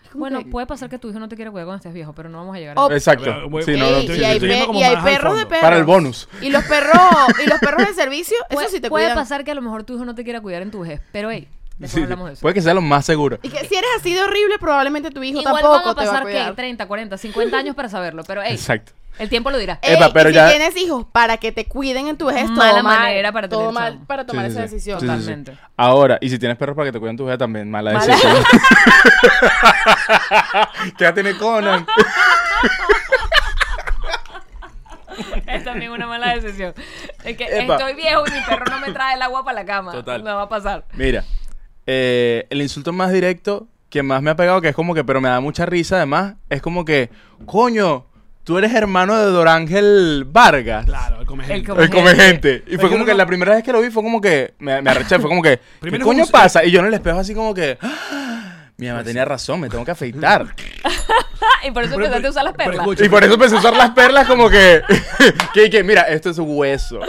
Speaker 5: Es como
Speaker 2: Bueno,
Speaker 5: que-
Speaker 2: puede pasar que tu hijo no te quiera cuidar cuando estés viejo, pero no vamos a llegar
Speaker 5: O-
Speaker 2: a eso.
Speaker 4: Exacto.
Speaker 3: Bueno,
Speaker 4: Sí, no,
Speaker 5: Ey,
Speaker 4: no,
Speaker 3: te-
Speaker 5: y
Speaker 4: sí,
Speaker 5: hay,
Speaker 4: sí, sí.
Speaker 5: pe-
Speaker 3: yendo como
Speaker 5: y hay
Speaker 3: más al
Speaker 5: perros de
Speaker 3: fondo.
Speaker 5: perros.
Speaker 4: Para el bonus.
Speaker 5: Y los perros, y los perros de servicio,
Speaker 2: Puede,
Speaker 5: eso sí te
Speaker 2: puede
Speaker 5: cuidan.
Speaker 2: pasar que a lo mejor tu hijo no te quiera cuidar en tu vejez, pero hey, después
Speaker 4: Sí, Pues- sí.
Speaker 2: hablamos de eso.
Speaker 4: Puede que sea lo más seguro.
Speaker 5: Y que si eres así de horrible, probablemente tu hijo
Speaker 2: Igual
Speaker 5: tampoco
Speaker 2: van a
Speaker 5: te va a
Speaker 2: pasar
Speaker 5: cuidar.
Speaker 2: que 30, 40, 50 años para saberlo, pero hey,
Speaker 4: Exacto.
Speaker 2: el tiempo lo dirá.
Speaker 4: Eh,
Speaker 5: Ey,
Speaker 4: Epa, pero
Speaker 5: y
Speaker 4: ya-
Speaker 5: si tienes hijos, para que te cuiden en tu vejez,
Speaker 2: Mala
Speaker 5: todo mal,
Speaker 2: manera para
Speaker 5: todo
Speaker 2: tener
Speaker 5: mal
Speaker 2: chamo.
Speaker 5: para tomar
Speaker 4: Sí, sí,
Speaker 5: esa
Speaker 4: sí.
Speaker 5: decisión.
Speaker 4: Sí, sí, sí.
Speaker 2: Totalmente.
Speaker 4: Ahora, y si tienes perros para que te cuiden tu vida también, mala
Speaker 5: Mala-
Speaker 4: decisión. ¿Qué va a tener Conan?
Speaker 2: Es también una mala decisión. Es que
Speaker 4: Epa.
Speaker 2: estoy viejo y mi perro no me trae el agua para la cama.
Speaker 4: Total.
Speaker 2: No va a pasar.
Speaker 4: Mira, eh, el insulto más directo que más me ha pegado, que es como que, pero me da mucha risa además, es como que, coño, tú eres hermano de Dorángel Vargas.
Speaker 3: Claro, el come
Speaker 2: El
Speaker 3: gente.
Speaker 2: come-
Speaker 4: El come gente. Y
Speaker 3: Es
Speaker 4: fue
Speaker 3: que
Speaker 4: como
Speaker 3: uno
Speaker 4: que
Speaker 3: no-
Speaker 4: la primera vez que lo vi fue como que me, me arreché, fue como que, ¿qué
Speaker 3: Primero
Speaker 4: coño
Speaker 3: es un-
Speaker 4: pasa? Y yo en el espejo así como que, "Ah, mi mamá tenía razón, me tengo que afeitar.
Speaker 2: Ah, Y por eso
Speaker 3: Pero-
Speaker 2: empezaste a usar las
Speaker 3: pero
Speaker 2: perlas.
Speaker 3: escucha,
Speaker 4: Y por eso empecé a usar las perlas como que, que, que, mira, esto es hueso.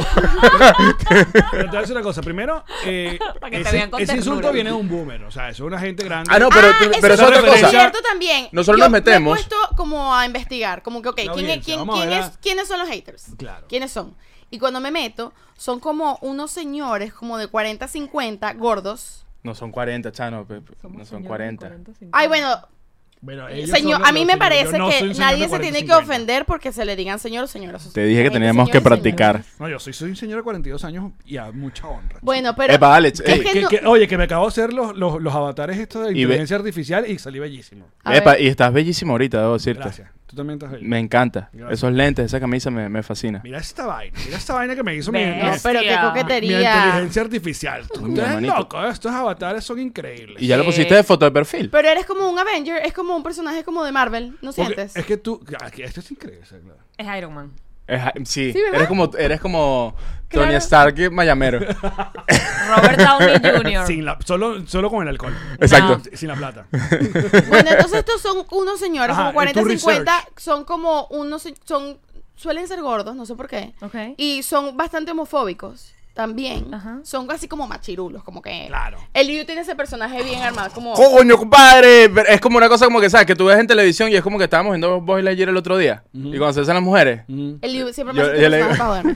Speaker 3: Pero te voy a decir una cosa. Primero, eh,
Speaker 2: Para que te
Speaker 3: ese,
Speaker 2: vean con
Speaker 3: ese insulto
Speaker 2: ternura.
Speaker 3: viene de un boomer. O sea, eso es una gente grande.
Speaker 4: Ah, no, pero,
Speaker 5: ah,
Speaker 4: pero es
Speaker 5: eso
Speaker 4: otra
Speaker 5: es
Speaker 4: cosa.
Speaker 5: cierto también.
Speaker 4: Nosotros
Speaker 5: Yo
Speaker 4: nos metemos.
Speaker 5: Me he puesto como a investigar, como que, ok, ¿quién, es-
Speaker 3: audiencia,
Speaker 5: quién-
Speaker 3: vamos a
Speaker 5: quién
Speaker 3: ver
Speaker 5: es-
Speaker 3: a-
Speaker 5: ¿quiénes son los haters?
Speaker 3: Claro.
Speaker 5: ¿Quiénes son? Y cuando me meto, son como unos señores como de 40, 50, gordos.
Speaker 4: No son 40, Chano, pe- pe- no son 40.
Speaker 5: Ay, bueno,
Speaker 3: Bueno, ellos
Speaker 5: señor,
Speaker 3: son los-
Speaker 5: a mí
Speaker 3: los señores.
Speaker 5: me
Speaker 3: Yo
Speaker 5: parece
Speaker 3: no
Speaker 5: que
Speaker 3: soy un señor de
Speaker 5: nadie se
Speaker 3: 40,
Speaker 5: tiene que
Speaker 3: 50.
Speaker 5: ofender porque se le digan señor o señora.
Speaker 4: Te dije que
Speaker 5: Gente,
Speaker 4: teníamos que
Speaker 5: señores, señoras.
Speaker 4: practicar.
Speaker 3: No, yo soy, soy un señor de 42 años y a mucha honra.
Speaker 5: Bueno, pero...
Speaker 4: Epa, Alex,
Speaker 5: es
Speaker 4: ey.
Speaker 5: que
Speaker 3: Que-
Speaker 5: no-
Speaker 3: que- oye, que me acabo de hacer los, los, los avatares estos de
Speaker 4: Y ve-
Speaker 3: inteligencia artificial y salí bellísimo.
Speaker 5: A
Speaker 4: Epa,
Speaker 5: ver.
Speaker 4: y estás bellísimo ahorita, debo decirte.
Speaker 3: Gracias. Tú también estás ahí.
Speaker 4: Me encanta.
Speaker 3: Gracias.
Speaker 4: Esos lentes, esa camisa me, me fascina.
Speaker 3: Mira esta vaina. Mira esta vaina que me hizo mi,
Speaker 2: Ve.
Speaker 5: No, pero qué
Speaker 2: Bestia.
Speaker 3: mi
Speaker 5: coquetería.
Speaker 3: inteligencia artificial. Tú
Speaker 4: Uy, mi
Speaker 3: estás
Speaker 4: hermanito.
Speaker 3: loco. ¿eh? Estos avatares son increíbles.
Speaker 4: Y ya lo
Speaker 2: Sí.
Speaker 4: pusiste de foto de perfil.
Speaker 5: Pero eres como un Avenger, es como un personaje como de Marvel, ¿no
Speaker 3: Porque
Speaker 5: sientes?
Speaker 3: Es que tú. ah, que Esto es increíble. o sea, claro.
Speaker 2: Es Iron Man.
Speaker 4: Eja- ah, sí,
Speaker 5: Sí, ¿verdad?
Speaker 4: eres como, eres como
Speaker 2: Claro.
Speaker 4: Tony Stark y Mayamero.
Speaker 2: Robert Downey Jr.
Speaker 3: Sin la, solo, solo con el alcohol.
Speaker 4: Exacto.
Speaker 3: Sin- Sin la plata.
Speaker 5: Eh, Bueno, entonces estos son unos señores,
Speaker 3: Ajá,
Speaker 5: como
Speaker 3: y
Speaker 5: 40,
Speaker 3: tu
Speaker 5: 50,
Speaker 3: research.
Speaker 5: son como unos, se- son, suelen ser gordos, no sé por qué.
Speaker 2: Ok.
Speaker 5: Y son bastante homofóbicos también.
Speaker 2: Ajá.
Speaker 5: Son casi como machirulos, como que...
Speaker 3: Claro.
Speaker 5: El Liu tiene ese personaje bien armado, como...
Speaker 4: ¡Coño, compadre! Pero es como una cosa como que, ¿sabes? Que tú ves en televisión y es como que estábamos viendo Boy Lightyear el otro día. Y cuando se besan las mujeres,
Speaker 5: El Liu siempre me
Speaker 4: Yo-
Speaker 5: hace este
Speaker 4: yo le-
Speaker 5: personaje para joderme.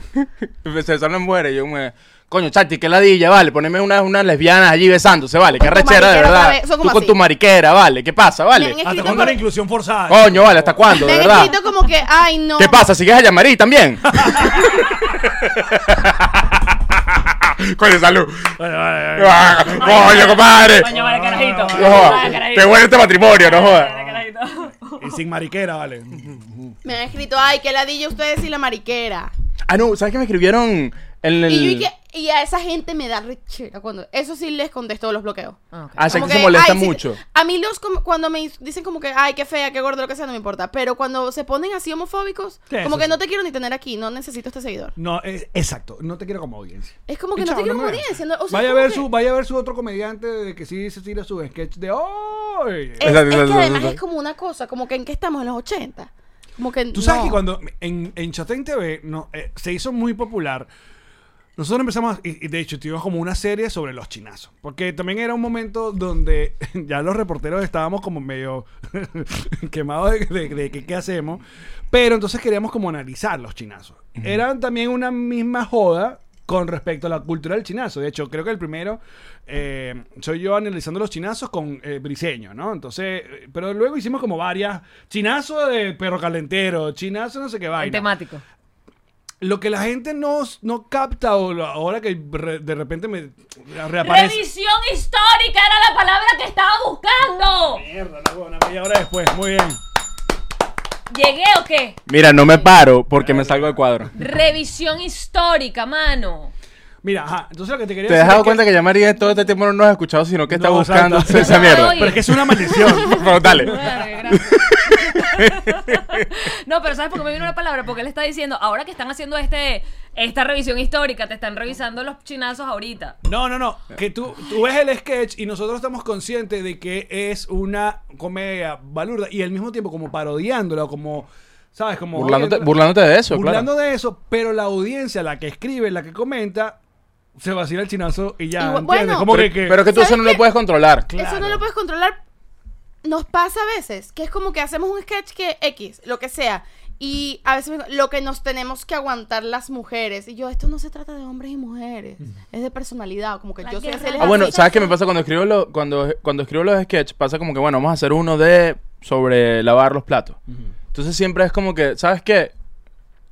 Speaker 4: se besan las mujeres y yo me... Coño, chati, qué ladilla, vale. Poneme unas unas lesbianas allí besándose, vale. Qué
Speaker 5: Con tu
Speaker 4: rechera, de
Speaker 5: mariquera,
Speaker 4: verdad.
Speaker 5: vale, son
Speaker 4: Tú
Speaker 5: como
Speaker 4: con
Speaker 5: así.
Speaker 4: tu mariquera, vale. ¿Qué pasa, vale?
Speaker 5: Me han
Speaker 3: ¿Hasta
Speaker 5: escrito
Speaker 3: cuándo
Speaker 5: por-
Speaker 3: la inclusión forzada?
Speaker 4: Coño, vale, ¿hasta cuándo?
Speaker 5: Me
Speaker 4: De
Speaker 5: han
Speaker 4: verdad.
Speaker 5: escrito como que, ay, no.
Speaker 4: ¿Qué pasa? ¿Sigues a Yamarí también? Coño, salud.
Speaker 3: Vale, vale, vale.
Speaker 4: Ah, Coño, compadre.
Speaker 2: Coño, vale, carajito.
Speaker 4: No jodas.
Speaker 2: Vale, carajito.
Speaker 4: Qué bueno este matrimonio, no
Speaker 2: Vale,
Speaker 4: jodas.
Speaker 2: carajito.
Speaker 3: Y sin mariquera, vale.
Speaker 5: Me han escrito, ay, qué ladilla ustedes y la mariquera.
Speaker 4: Ah, no, ¿sabes qué me escribieron en el.
Speaker 5: Y yo y que- y a esa gente me da rechera cuando... Eso sí les contesto los bloqueos.
Speaker 2: Ah, ok.
Speaker 4: Ah, o sea,
Speaker 5: Como
Speaker 4: que se
Speaker 5: que,
Speaker 4: molesta
Speaker 5: ay, sí,
Speaker 4: mucho.
Speaker 5: a mí los com- cuando me dicen como que, ay, qué fea, qué gordo, lo que sea, no me importa. Pero cuando se ponen así homofóbicos,
Speaker 3: Sí, eso
Speaker 5: como que
Speaker 3: sí.
Speaker 5: no te quiero ni tener aquí, no necesito este seguidor.
Speaker 3: No, eh, exacto. No te quiero como audiencia.
Speaker 5: Es como que
Speaker 3: Y
Speaker 5: no
Speaker 3: chao,
Speaker 5: te quiero
Speaker 3: me
Speaker 5: como
Speaker 3: veas.
Speaker 5: audiencia. no- o sea,
Speaker 3: vaya, a
Speaker 5: como
Speaker 3: ver
Speaker 5: que-
Speaker 3: su, vaya a ver su otro comediante de que sí se tira su sketch de hoy.
Speaker 5: Es,
Speaker 4: Exacto,
Speaker 5: es
Speaker 4: exacto,
Speaker 5: que además
Speaker 4: exacto.
Speaker 5: es como una cosa, como que en qué estamos, en los 80. Como que.
Speaker 3: Tú sabes
Speaker 5: no.
Speaker 3: que cuando en, en Chatén TV no, eh, se hizo muy popular. Nosotros empezamos, y, y de hecho, tuvimos como una serie sobre los chinazos. Porque también era un momento donde ya los reporteros estábamos como medio quemados de, de- de que- qué hacemos. Pero entonces queríamos como analizar los chinazos. Eran también una misma joda con respecto a la cultura del chinazo. De hecho, creo que el primero eh, soy yo analizando los chinazos con eh, Briseño, ¿no? Entonces, eh, pero luego hicimos como varias. Chinazo de perro calentero, chinazo no sé qué vaina.
Speaker 2: Temático.
Speaker 3: Lo que la gente no, no capta o lo- ahora que re- de repente me reaparece.
Speaker 2: Revisión histórica era la palabra que estaba buscando.
Speaker 3: Mierda, la buena, media hora después. Muy bien.
Speaker 2: ¿Llegué o qué?
Speaker 4: Mira, no me paro porque me salgo del cuadro.
Speaker 2: Revisión histórica, mano.
Speaker 3: Mira, ajá. Entonces lo que te quería
Speaker 4: ¿Te has
Speaker 3: decir.
Speaker 4: dado
Speaker 3: es
Speaker 4: cuenta que Yamari en todo este tiempo no nos ha escuchado, sino que está
Speaker 3: No,
Speaker 4: buscando
Speaker 3: exacto.
Speaker 4: esa mierda?
Speaker 3: Pero es que es una maldición.
Speaker 4: Pero dale.
Speaker 2: Verga, gracias. No, pero ¿sabes por qué me vino la palabra? Porque él está diciendo, ahora que están haciendo este esta revisión histórica, te están revisando los chinazos ahorita.
Speaker 3: No, no, no. Que tú, tú ves el sketch y nosotros estamos conscientes de que es una comedia balurda y al mismo tiempo como parodiándola, como, ¿sabes? Como
Speaker 4: Burlándote,
Speaker 3: oyéndola,
Speaker 4: burlándote de eso,
Speaker 3: burlando
Speaker 4: claro.
Speaker 3: de eso, pero la audiencia, la que escribe, la que comenta, se vacila el chinazo y ya.
Speaker 5: Y bu-
Speaker 3: ¿entiendes?
Speaker 5: bueno.
Speaker 3: como que,
Speaker 4: Pero,
Speaker 3: que-
Speaker 4: pero que tú
Speaker 5: ¿Sabes
Speaker 4: eso no
Speaker 5: qué?
Speaker 4: lo puedes controlar.
Speaker 5: Eso
Speaker 3: Claro.
Speaker 5: no lo puedes controlar. Nos pasa a veces, que es como que hacemos un sketch que X, lo que sea. Y a veces me- lo que nos tenemos que aguantar las mujeres. Y yo, esto no se trata de hombres y mujeres.
Speaker 3: Mm.
Speaker 5: Es de personalidad. Como que
Speaker 2: La
Speaker 5: yo sé
Speaker 2: guerra.
Speaker 5: hacerles
Speaker 4: Ah, bueno,
Speaker 5: así.
Speaker 4: ¿sabes qué me pasa cuando escribo, lo- cuando, cuando escribo los sketches? Pasa como que, bueno, vamos a hacer uno de sobre lavar los platos. Entonces siempre es como que, ¿sabes qué?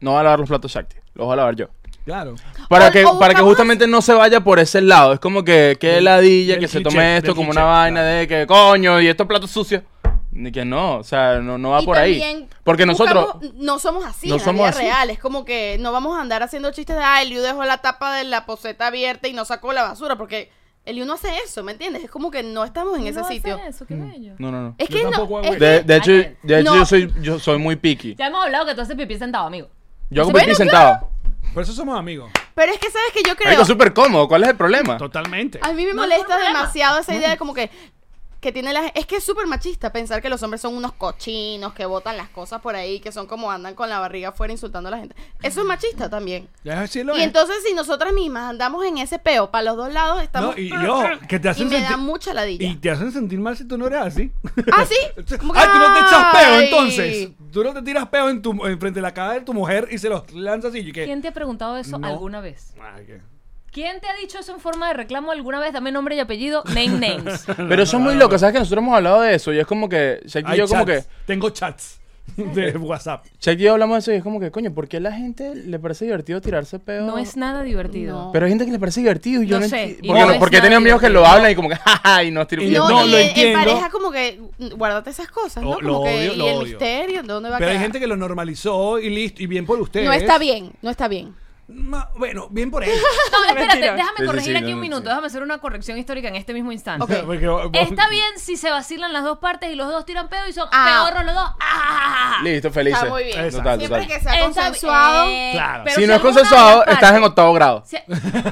Speaker 4: No va a lavar los platos Shakti, los voy a lavar yo.
Speaker 3: Claro.
Speaker 4: Para,
Speaker 5: O-
Speaker 4: que,
Speaker 5: o
Speaker 4: para que
Speaker 5: buscamos-
Speaker 4: justamente no se vaya por ese lado. Es como que, que ladilla,
Speaker 3: del
Speaker 4: que se
Speaker 3: cliché,
Speaker 4: tome esto
Speaker 3: del
Speaker 4: como
Speaker 3: cliché,
Speaker 4: una vaina
Speaker 3: claro.
Speaker 4: de que, coño, y estos platos sucios. Ni que no, o sea, no, no va
Speaker 5: Y
Speaker 4: por ahí.
Speaker 5: también
Speaker 4: Porque
Speaker 5: buscamos-
Speaker 4: nosotros...
Speaker 5: No somos así
Speaker 4: no
Speaker 5: en la
Speaker 4: somos
Speaker 5: vida
Speaker 4: así.
Speaker 5: real. Es como que no vamos a andar haciendo chistes de, ah, Eliu dejó la tapa de la poseta abierta y no sacó la basura. Porque Eliu no hace eso, ¿me entiendes? Es como que no estamos en ese
Speaker 2: No
Speaker 5: sitio.
Speaker 2: hacen eso, qué bello.
Speaker 4: No, no, no.
Speaker 5: Es
Speaker 3: Yo
Speaker 5: que
Speaker 3: tampoco
Speaker 5: no.
Speaker 3: hago
Speaker 5: es
Speaker 3: eso.
Speaker 5: que-
Speaker 4: De, de hecho,
Speaker 2: Ay,
Speaker 4: de hecho
Speaker 5: no.
Speaker 4: yo, soy, yo soy muy picky.
Speaker 2: Ya hemos hablado que tú haces pipí sentado, amigo.
Speaker 4: Yo hago
Speaker 5: Bueno,
Speaker 4: pipí
Speaker 5: claro.
Speaker 4: sentado.
Speaker 3: Por eso somos amigos.
Speaker 5: Pero es que sabes que yo creo.
Speaker 4: Marico, súper cómodo. ¿Cuál es el problema?
Speaker 3: Totalmente.
Speaker 5: A mí me
Speaker 2: No, no
Speaker 5: molesta
Speaker 2: hay problema. Mm.
Speaker 5: demasiado esa idea de como que que tiene la es que es súper machista pensar que los hombres son unos cochinos que botan las cosas por ahí que son como andan con la barriga afuera insultando a la gente eso es machista también
Speaker 3: Ya sí lo
Speaker 5: y
Speaker 3: es. eh.
Speaker 5: entonces si nosotras mismas andamos en ese peo para los dos lados
Speaker 3: No,
Speaker 5: estamos
Speaker 3: y, y ojo, que te
Speaker 5: y
Speaker 3: hacen
Speaker 5: me da
Speaker 3: sentir-
Speaker 5: mucha ladilla
Speaker 3: Y te hacen sentir mal si tú no eres así.
Speaker 5: ah sí Como que,
Speaker 3: Ah, tú no te echas peo
Speaker 5: ay.
Speaker 3: entonces. Tú no te tiras peo en tu en frente de la cara de tu mujer y se los lanzas así. Y que,
Speaker 2: ¿Quién te ha preguntado eso
Speaker 3: No.
Speaker 2: alguna vez?
Speaker 3: Ay, que-
Speaker 2: ¿Quién te ha dicho eso en forma de reclamo alguna vez? Dame nombre y apellido, name names.
Speaker 4: Pero eso es muy loco. ¿Sabes que nosotros hemos hablado de eso? Y es como que... Shakti y
Speaker 3: Hay
Speaker 4: yo como que...
Speaker 3: chats. Tengo chats. de WhatsApp.
Speaker 4: Check y yo hablamos de eso y es como que, coño, ¿por qué a la gente le parece divertido tirarse pedo?
Speaker 2: No es nada divertido.
Speaker 5: No.
Speaker 4: Pero hay gente que le parece divertido y yo
Speaker 2: No
Speaker 4: no,
Speaker 2: sé,
Speaker 4: enti-
Speaker 2: y
Speaker 4: Porque,
Speaker 2: no es
Speaker 4: porque he tenido
Speaker 2: nada
Speaker 4: amigos que lo
Speaker 2: divertido.
Speaker 4: hablan y como que, jaja, y nos tiramos.
Speaker 3: Y
Speaker 5: No,
Speaker 3: no,
Speaker 5: y
Speaker 3: lo
Speaker 5: en-
Speaker 3: entiendo.
Speaker 5: En pareja como que mm, guárdate esas cosas, ¿no?
Speaker 3: Oh, lo
Speaker 5: como que
Speaker 3: odio,
Speaker 5: y
Speaker 3: lo
Speaker 5: el
Speaker 3: odio.
Speaker 5: misterio, ¿de dónde va a
Speaker 3: Pero hay
Speaker 5: quedar?
Speaker 3: gente que lo normalizó y listo, y bien por ustedes.
Speaker 5: No está bien, no está bien.
Speaker 3: Ma- bueno, bien por ellos.
Speaker 2: No, espérate,
Speaker 5: Mentira.
Speaker 2: déjame
Speaker 4: Sí, sí,
Speaker 2: corregir
Speaker 4: sí,
Speaker 2: aquí
Speaker 4: no,
Speaker 2: un
Speaker 4: no,
Speaker 2: minuto.
Speaker 4: sí.
Speaker 2: Déjame hacer una corrección histórica en este mismo instante.
Speaker 5: Ok.
Speaker 3: Porque-
Speaker 2: Está bien si se vacilan las dos partes y los dos tiran pedo y son
Speaker 5: Ah.
Speaker 2: peor los dos. ¡Ah!
Speaker 4: Listo, felices.
Speaker 5: Está muy bien.
Speaker 4: Total,
Speaker 3: Exacto.
Speaker 5: Siempre
Speaker 4: total.
Speaker 5: que sea
Speaker 2: Está
Speaker 5: consensuado.
Speaker 2: bien.
Speaker 3: Claro.
Speaker 2: Pero
Speaker 4: si,
Speaker 2: si
Speaker 4: no es
Speaker 2: alguna de las
Speaker 4: consensuado, estás en
Speaker 2: partes-
Speaker 4: octavo grado.
Speaker 2: si-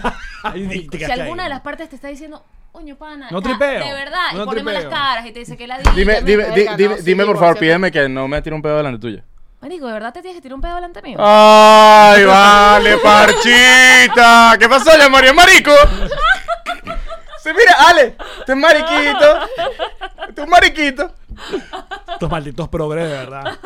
Speaker 3: Ay, te
Speaker 2: si
Speaker 3: cachaste.
Speaker 2: alguna de las partes te está diciendo, coño, pana,
Speaker 3: No
Speaker 2: ya,
Speaker 3: tripeo,
Speaker 2: de verdad,
Speaker 3: no
Speaker 2: y poneme
Speaker 3: tripeo.
Speaker 2: las caras y te dice que la
Speaker 4: Dime, dime,
Speaker 5: verga,
Speaker 4: di-
Speaker 5: no,
Speaker 4: dime,
Speaker 5: sí,
Speaker 4: dime, por favor,
Speaker 5: divórciate.
Speaker 4: pídeme que no me tire un pedo delante tuyo.
Speaker 2: Marico, ¿de verdad te tienes que tirar un pedo delante mío?
Speaker 4: Ah. ¡Ay, vale, parchita! ¿Qué pasó, ya María Marico? Sí, mira, Ale, tú es mariquito. Tú es mariquito.
Speaker 3: Estos malditos progres, de verdad.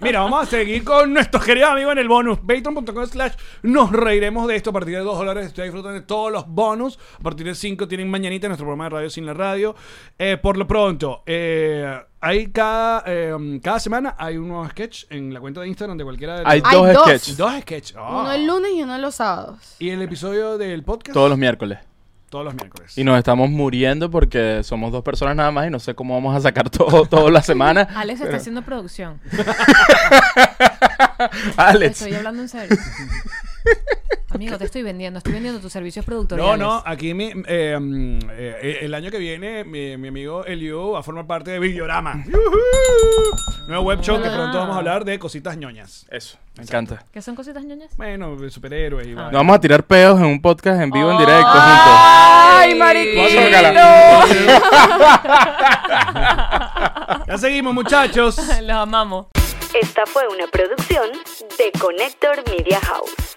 Speaker 3: Mira, vamos a seguir con nuestros queridos amigos en el bonus. Patreon.com slash nos reiremos de esto. A partir de 2 dólares estoy disfrutando de todos los bonus. A partir de 5 tienen mañanita nuestro programa de radio sin la radio. Eh, por lo pronto, eh, hay cada, eh, cada semana hay un nuevo sketch en la cuenta de Instagram de cualquiera de
Speaker 4: Hay
Speaker 3: los-
Speaker 5: Ay,
Speaker 4: dos
Speaker 5: dos.
Speaker 4: sketches.
Speaker 3: dos sketches. Ah.
Speaker 5: Uno el lunes y uno los sábados.
Speaker 3: Y el episodio del podcast
Speaker 4: Todos los miércoles.
Speaker 3: todos los miércoles.
Speaker 4: Y nos estamos muriendo porque somos dos personas nada más y no sé cómo vamos a sacar todo, toda la semana.
Speaker 5: Ah,
Speaker 2: Alex está haciendo producción.
Speaker 4: Alex.
Speaker 2: Estoy hablando en serio. Amigo, te estoy vendiendo. Estoy vendiendo tus servicios
Speaker 3: No,
Speaker 2: productoriales.
Speaker 3: no, aquí mi, eh, mm, eh, el año que viene mi, mi amigo Eliu va a formar parte de Videorama. ¡Yujú! Nuevo web show que pronto vamos a hablar de cositas ñoñas.
Speaker 4: Eso, me encanta.
Speaker 2: ¿Qué son cositas ñoñas?
Speaker 3: Bueno, de superhéroes y
Speaker 4: Nos vamos a tirar peos en un podcast en vivo, en directo, juntos.
Speaker 5: Ay,
Speaker 4: Cuatro
Speaker 5: mariquito.
Speaker 4: regalas.
Speaker 3: Ya seguimos, muchachos.
Speaker 2: Los amamos.
Speaker 7: Esta fue una producción de Connector Media House.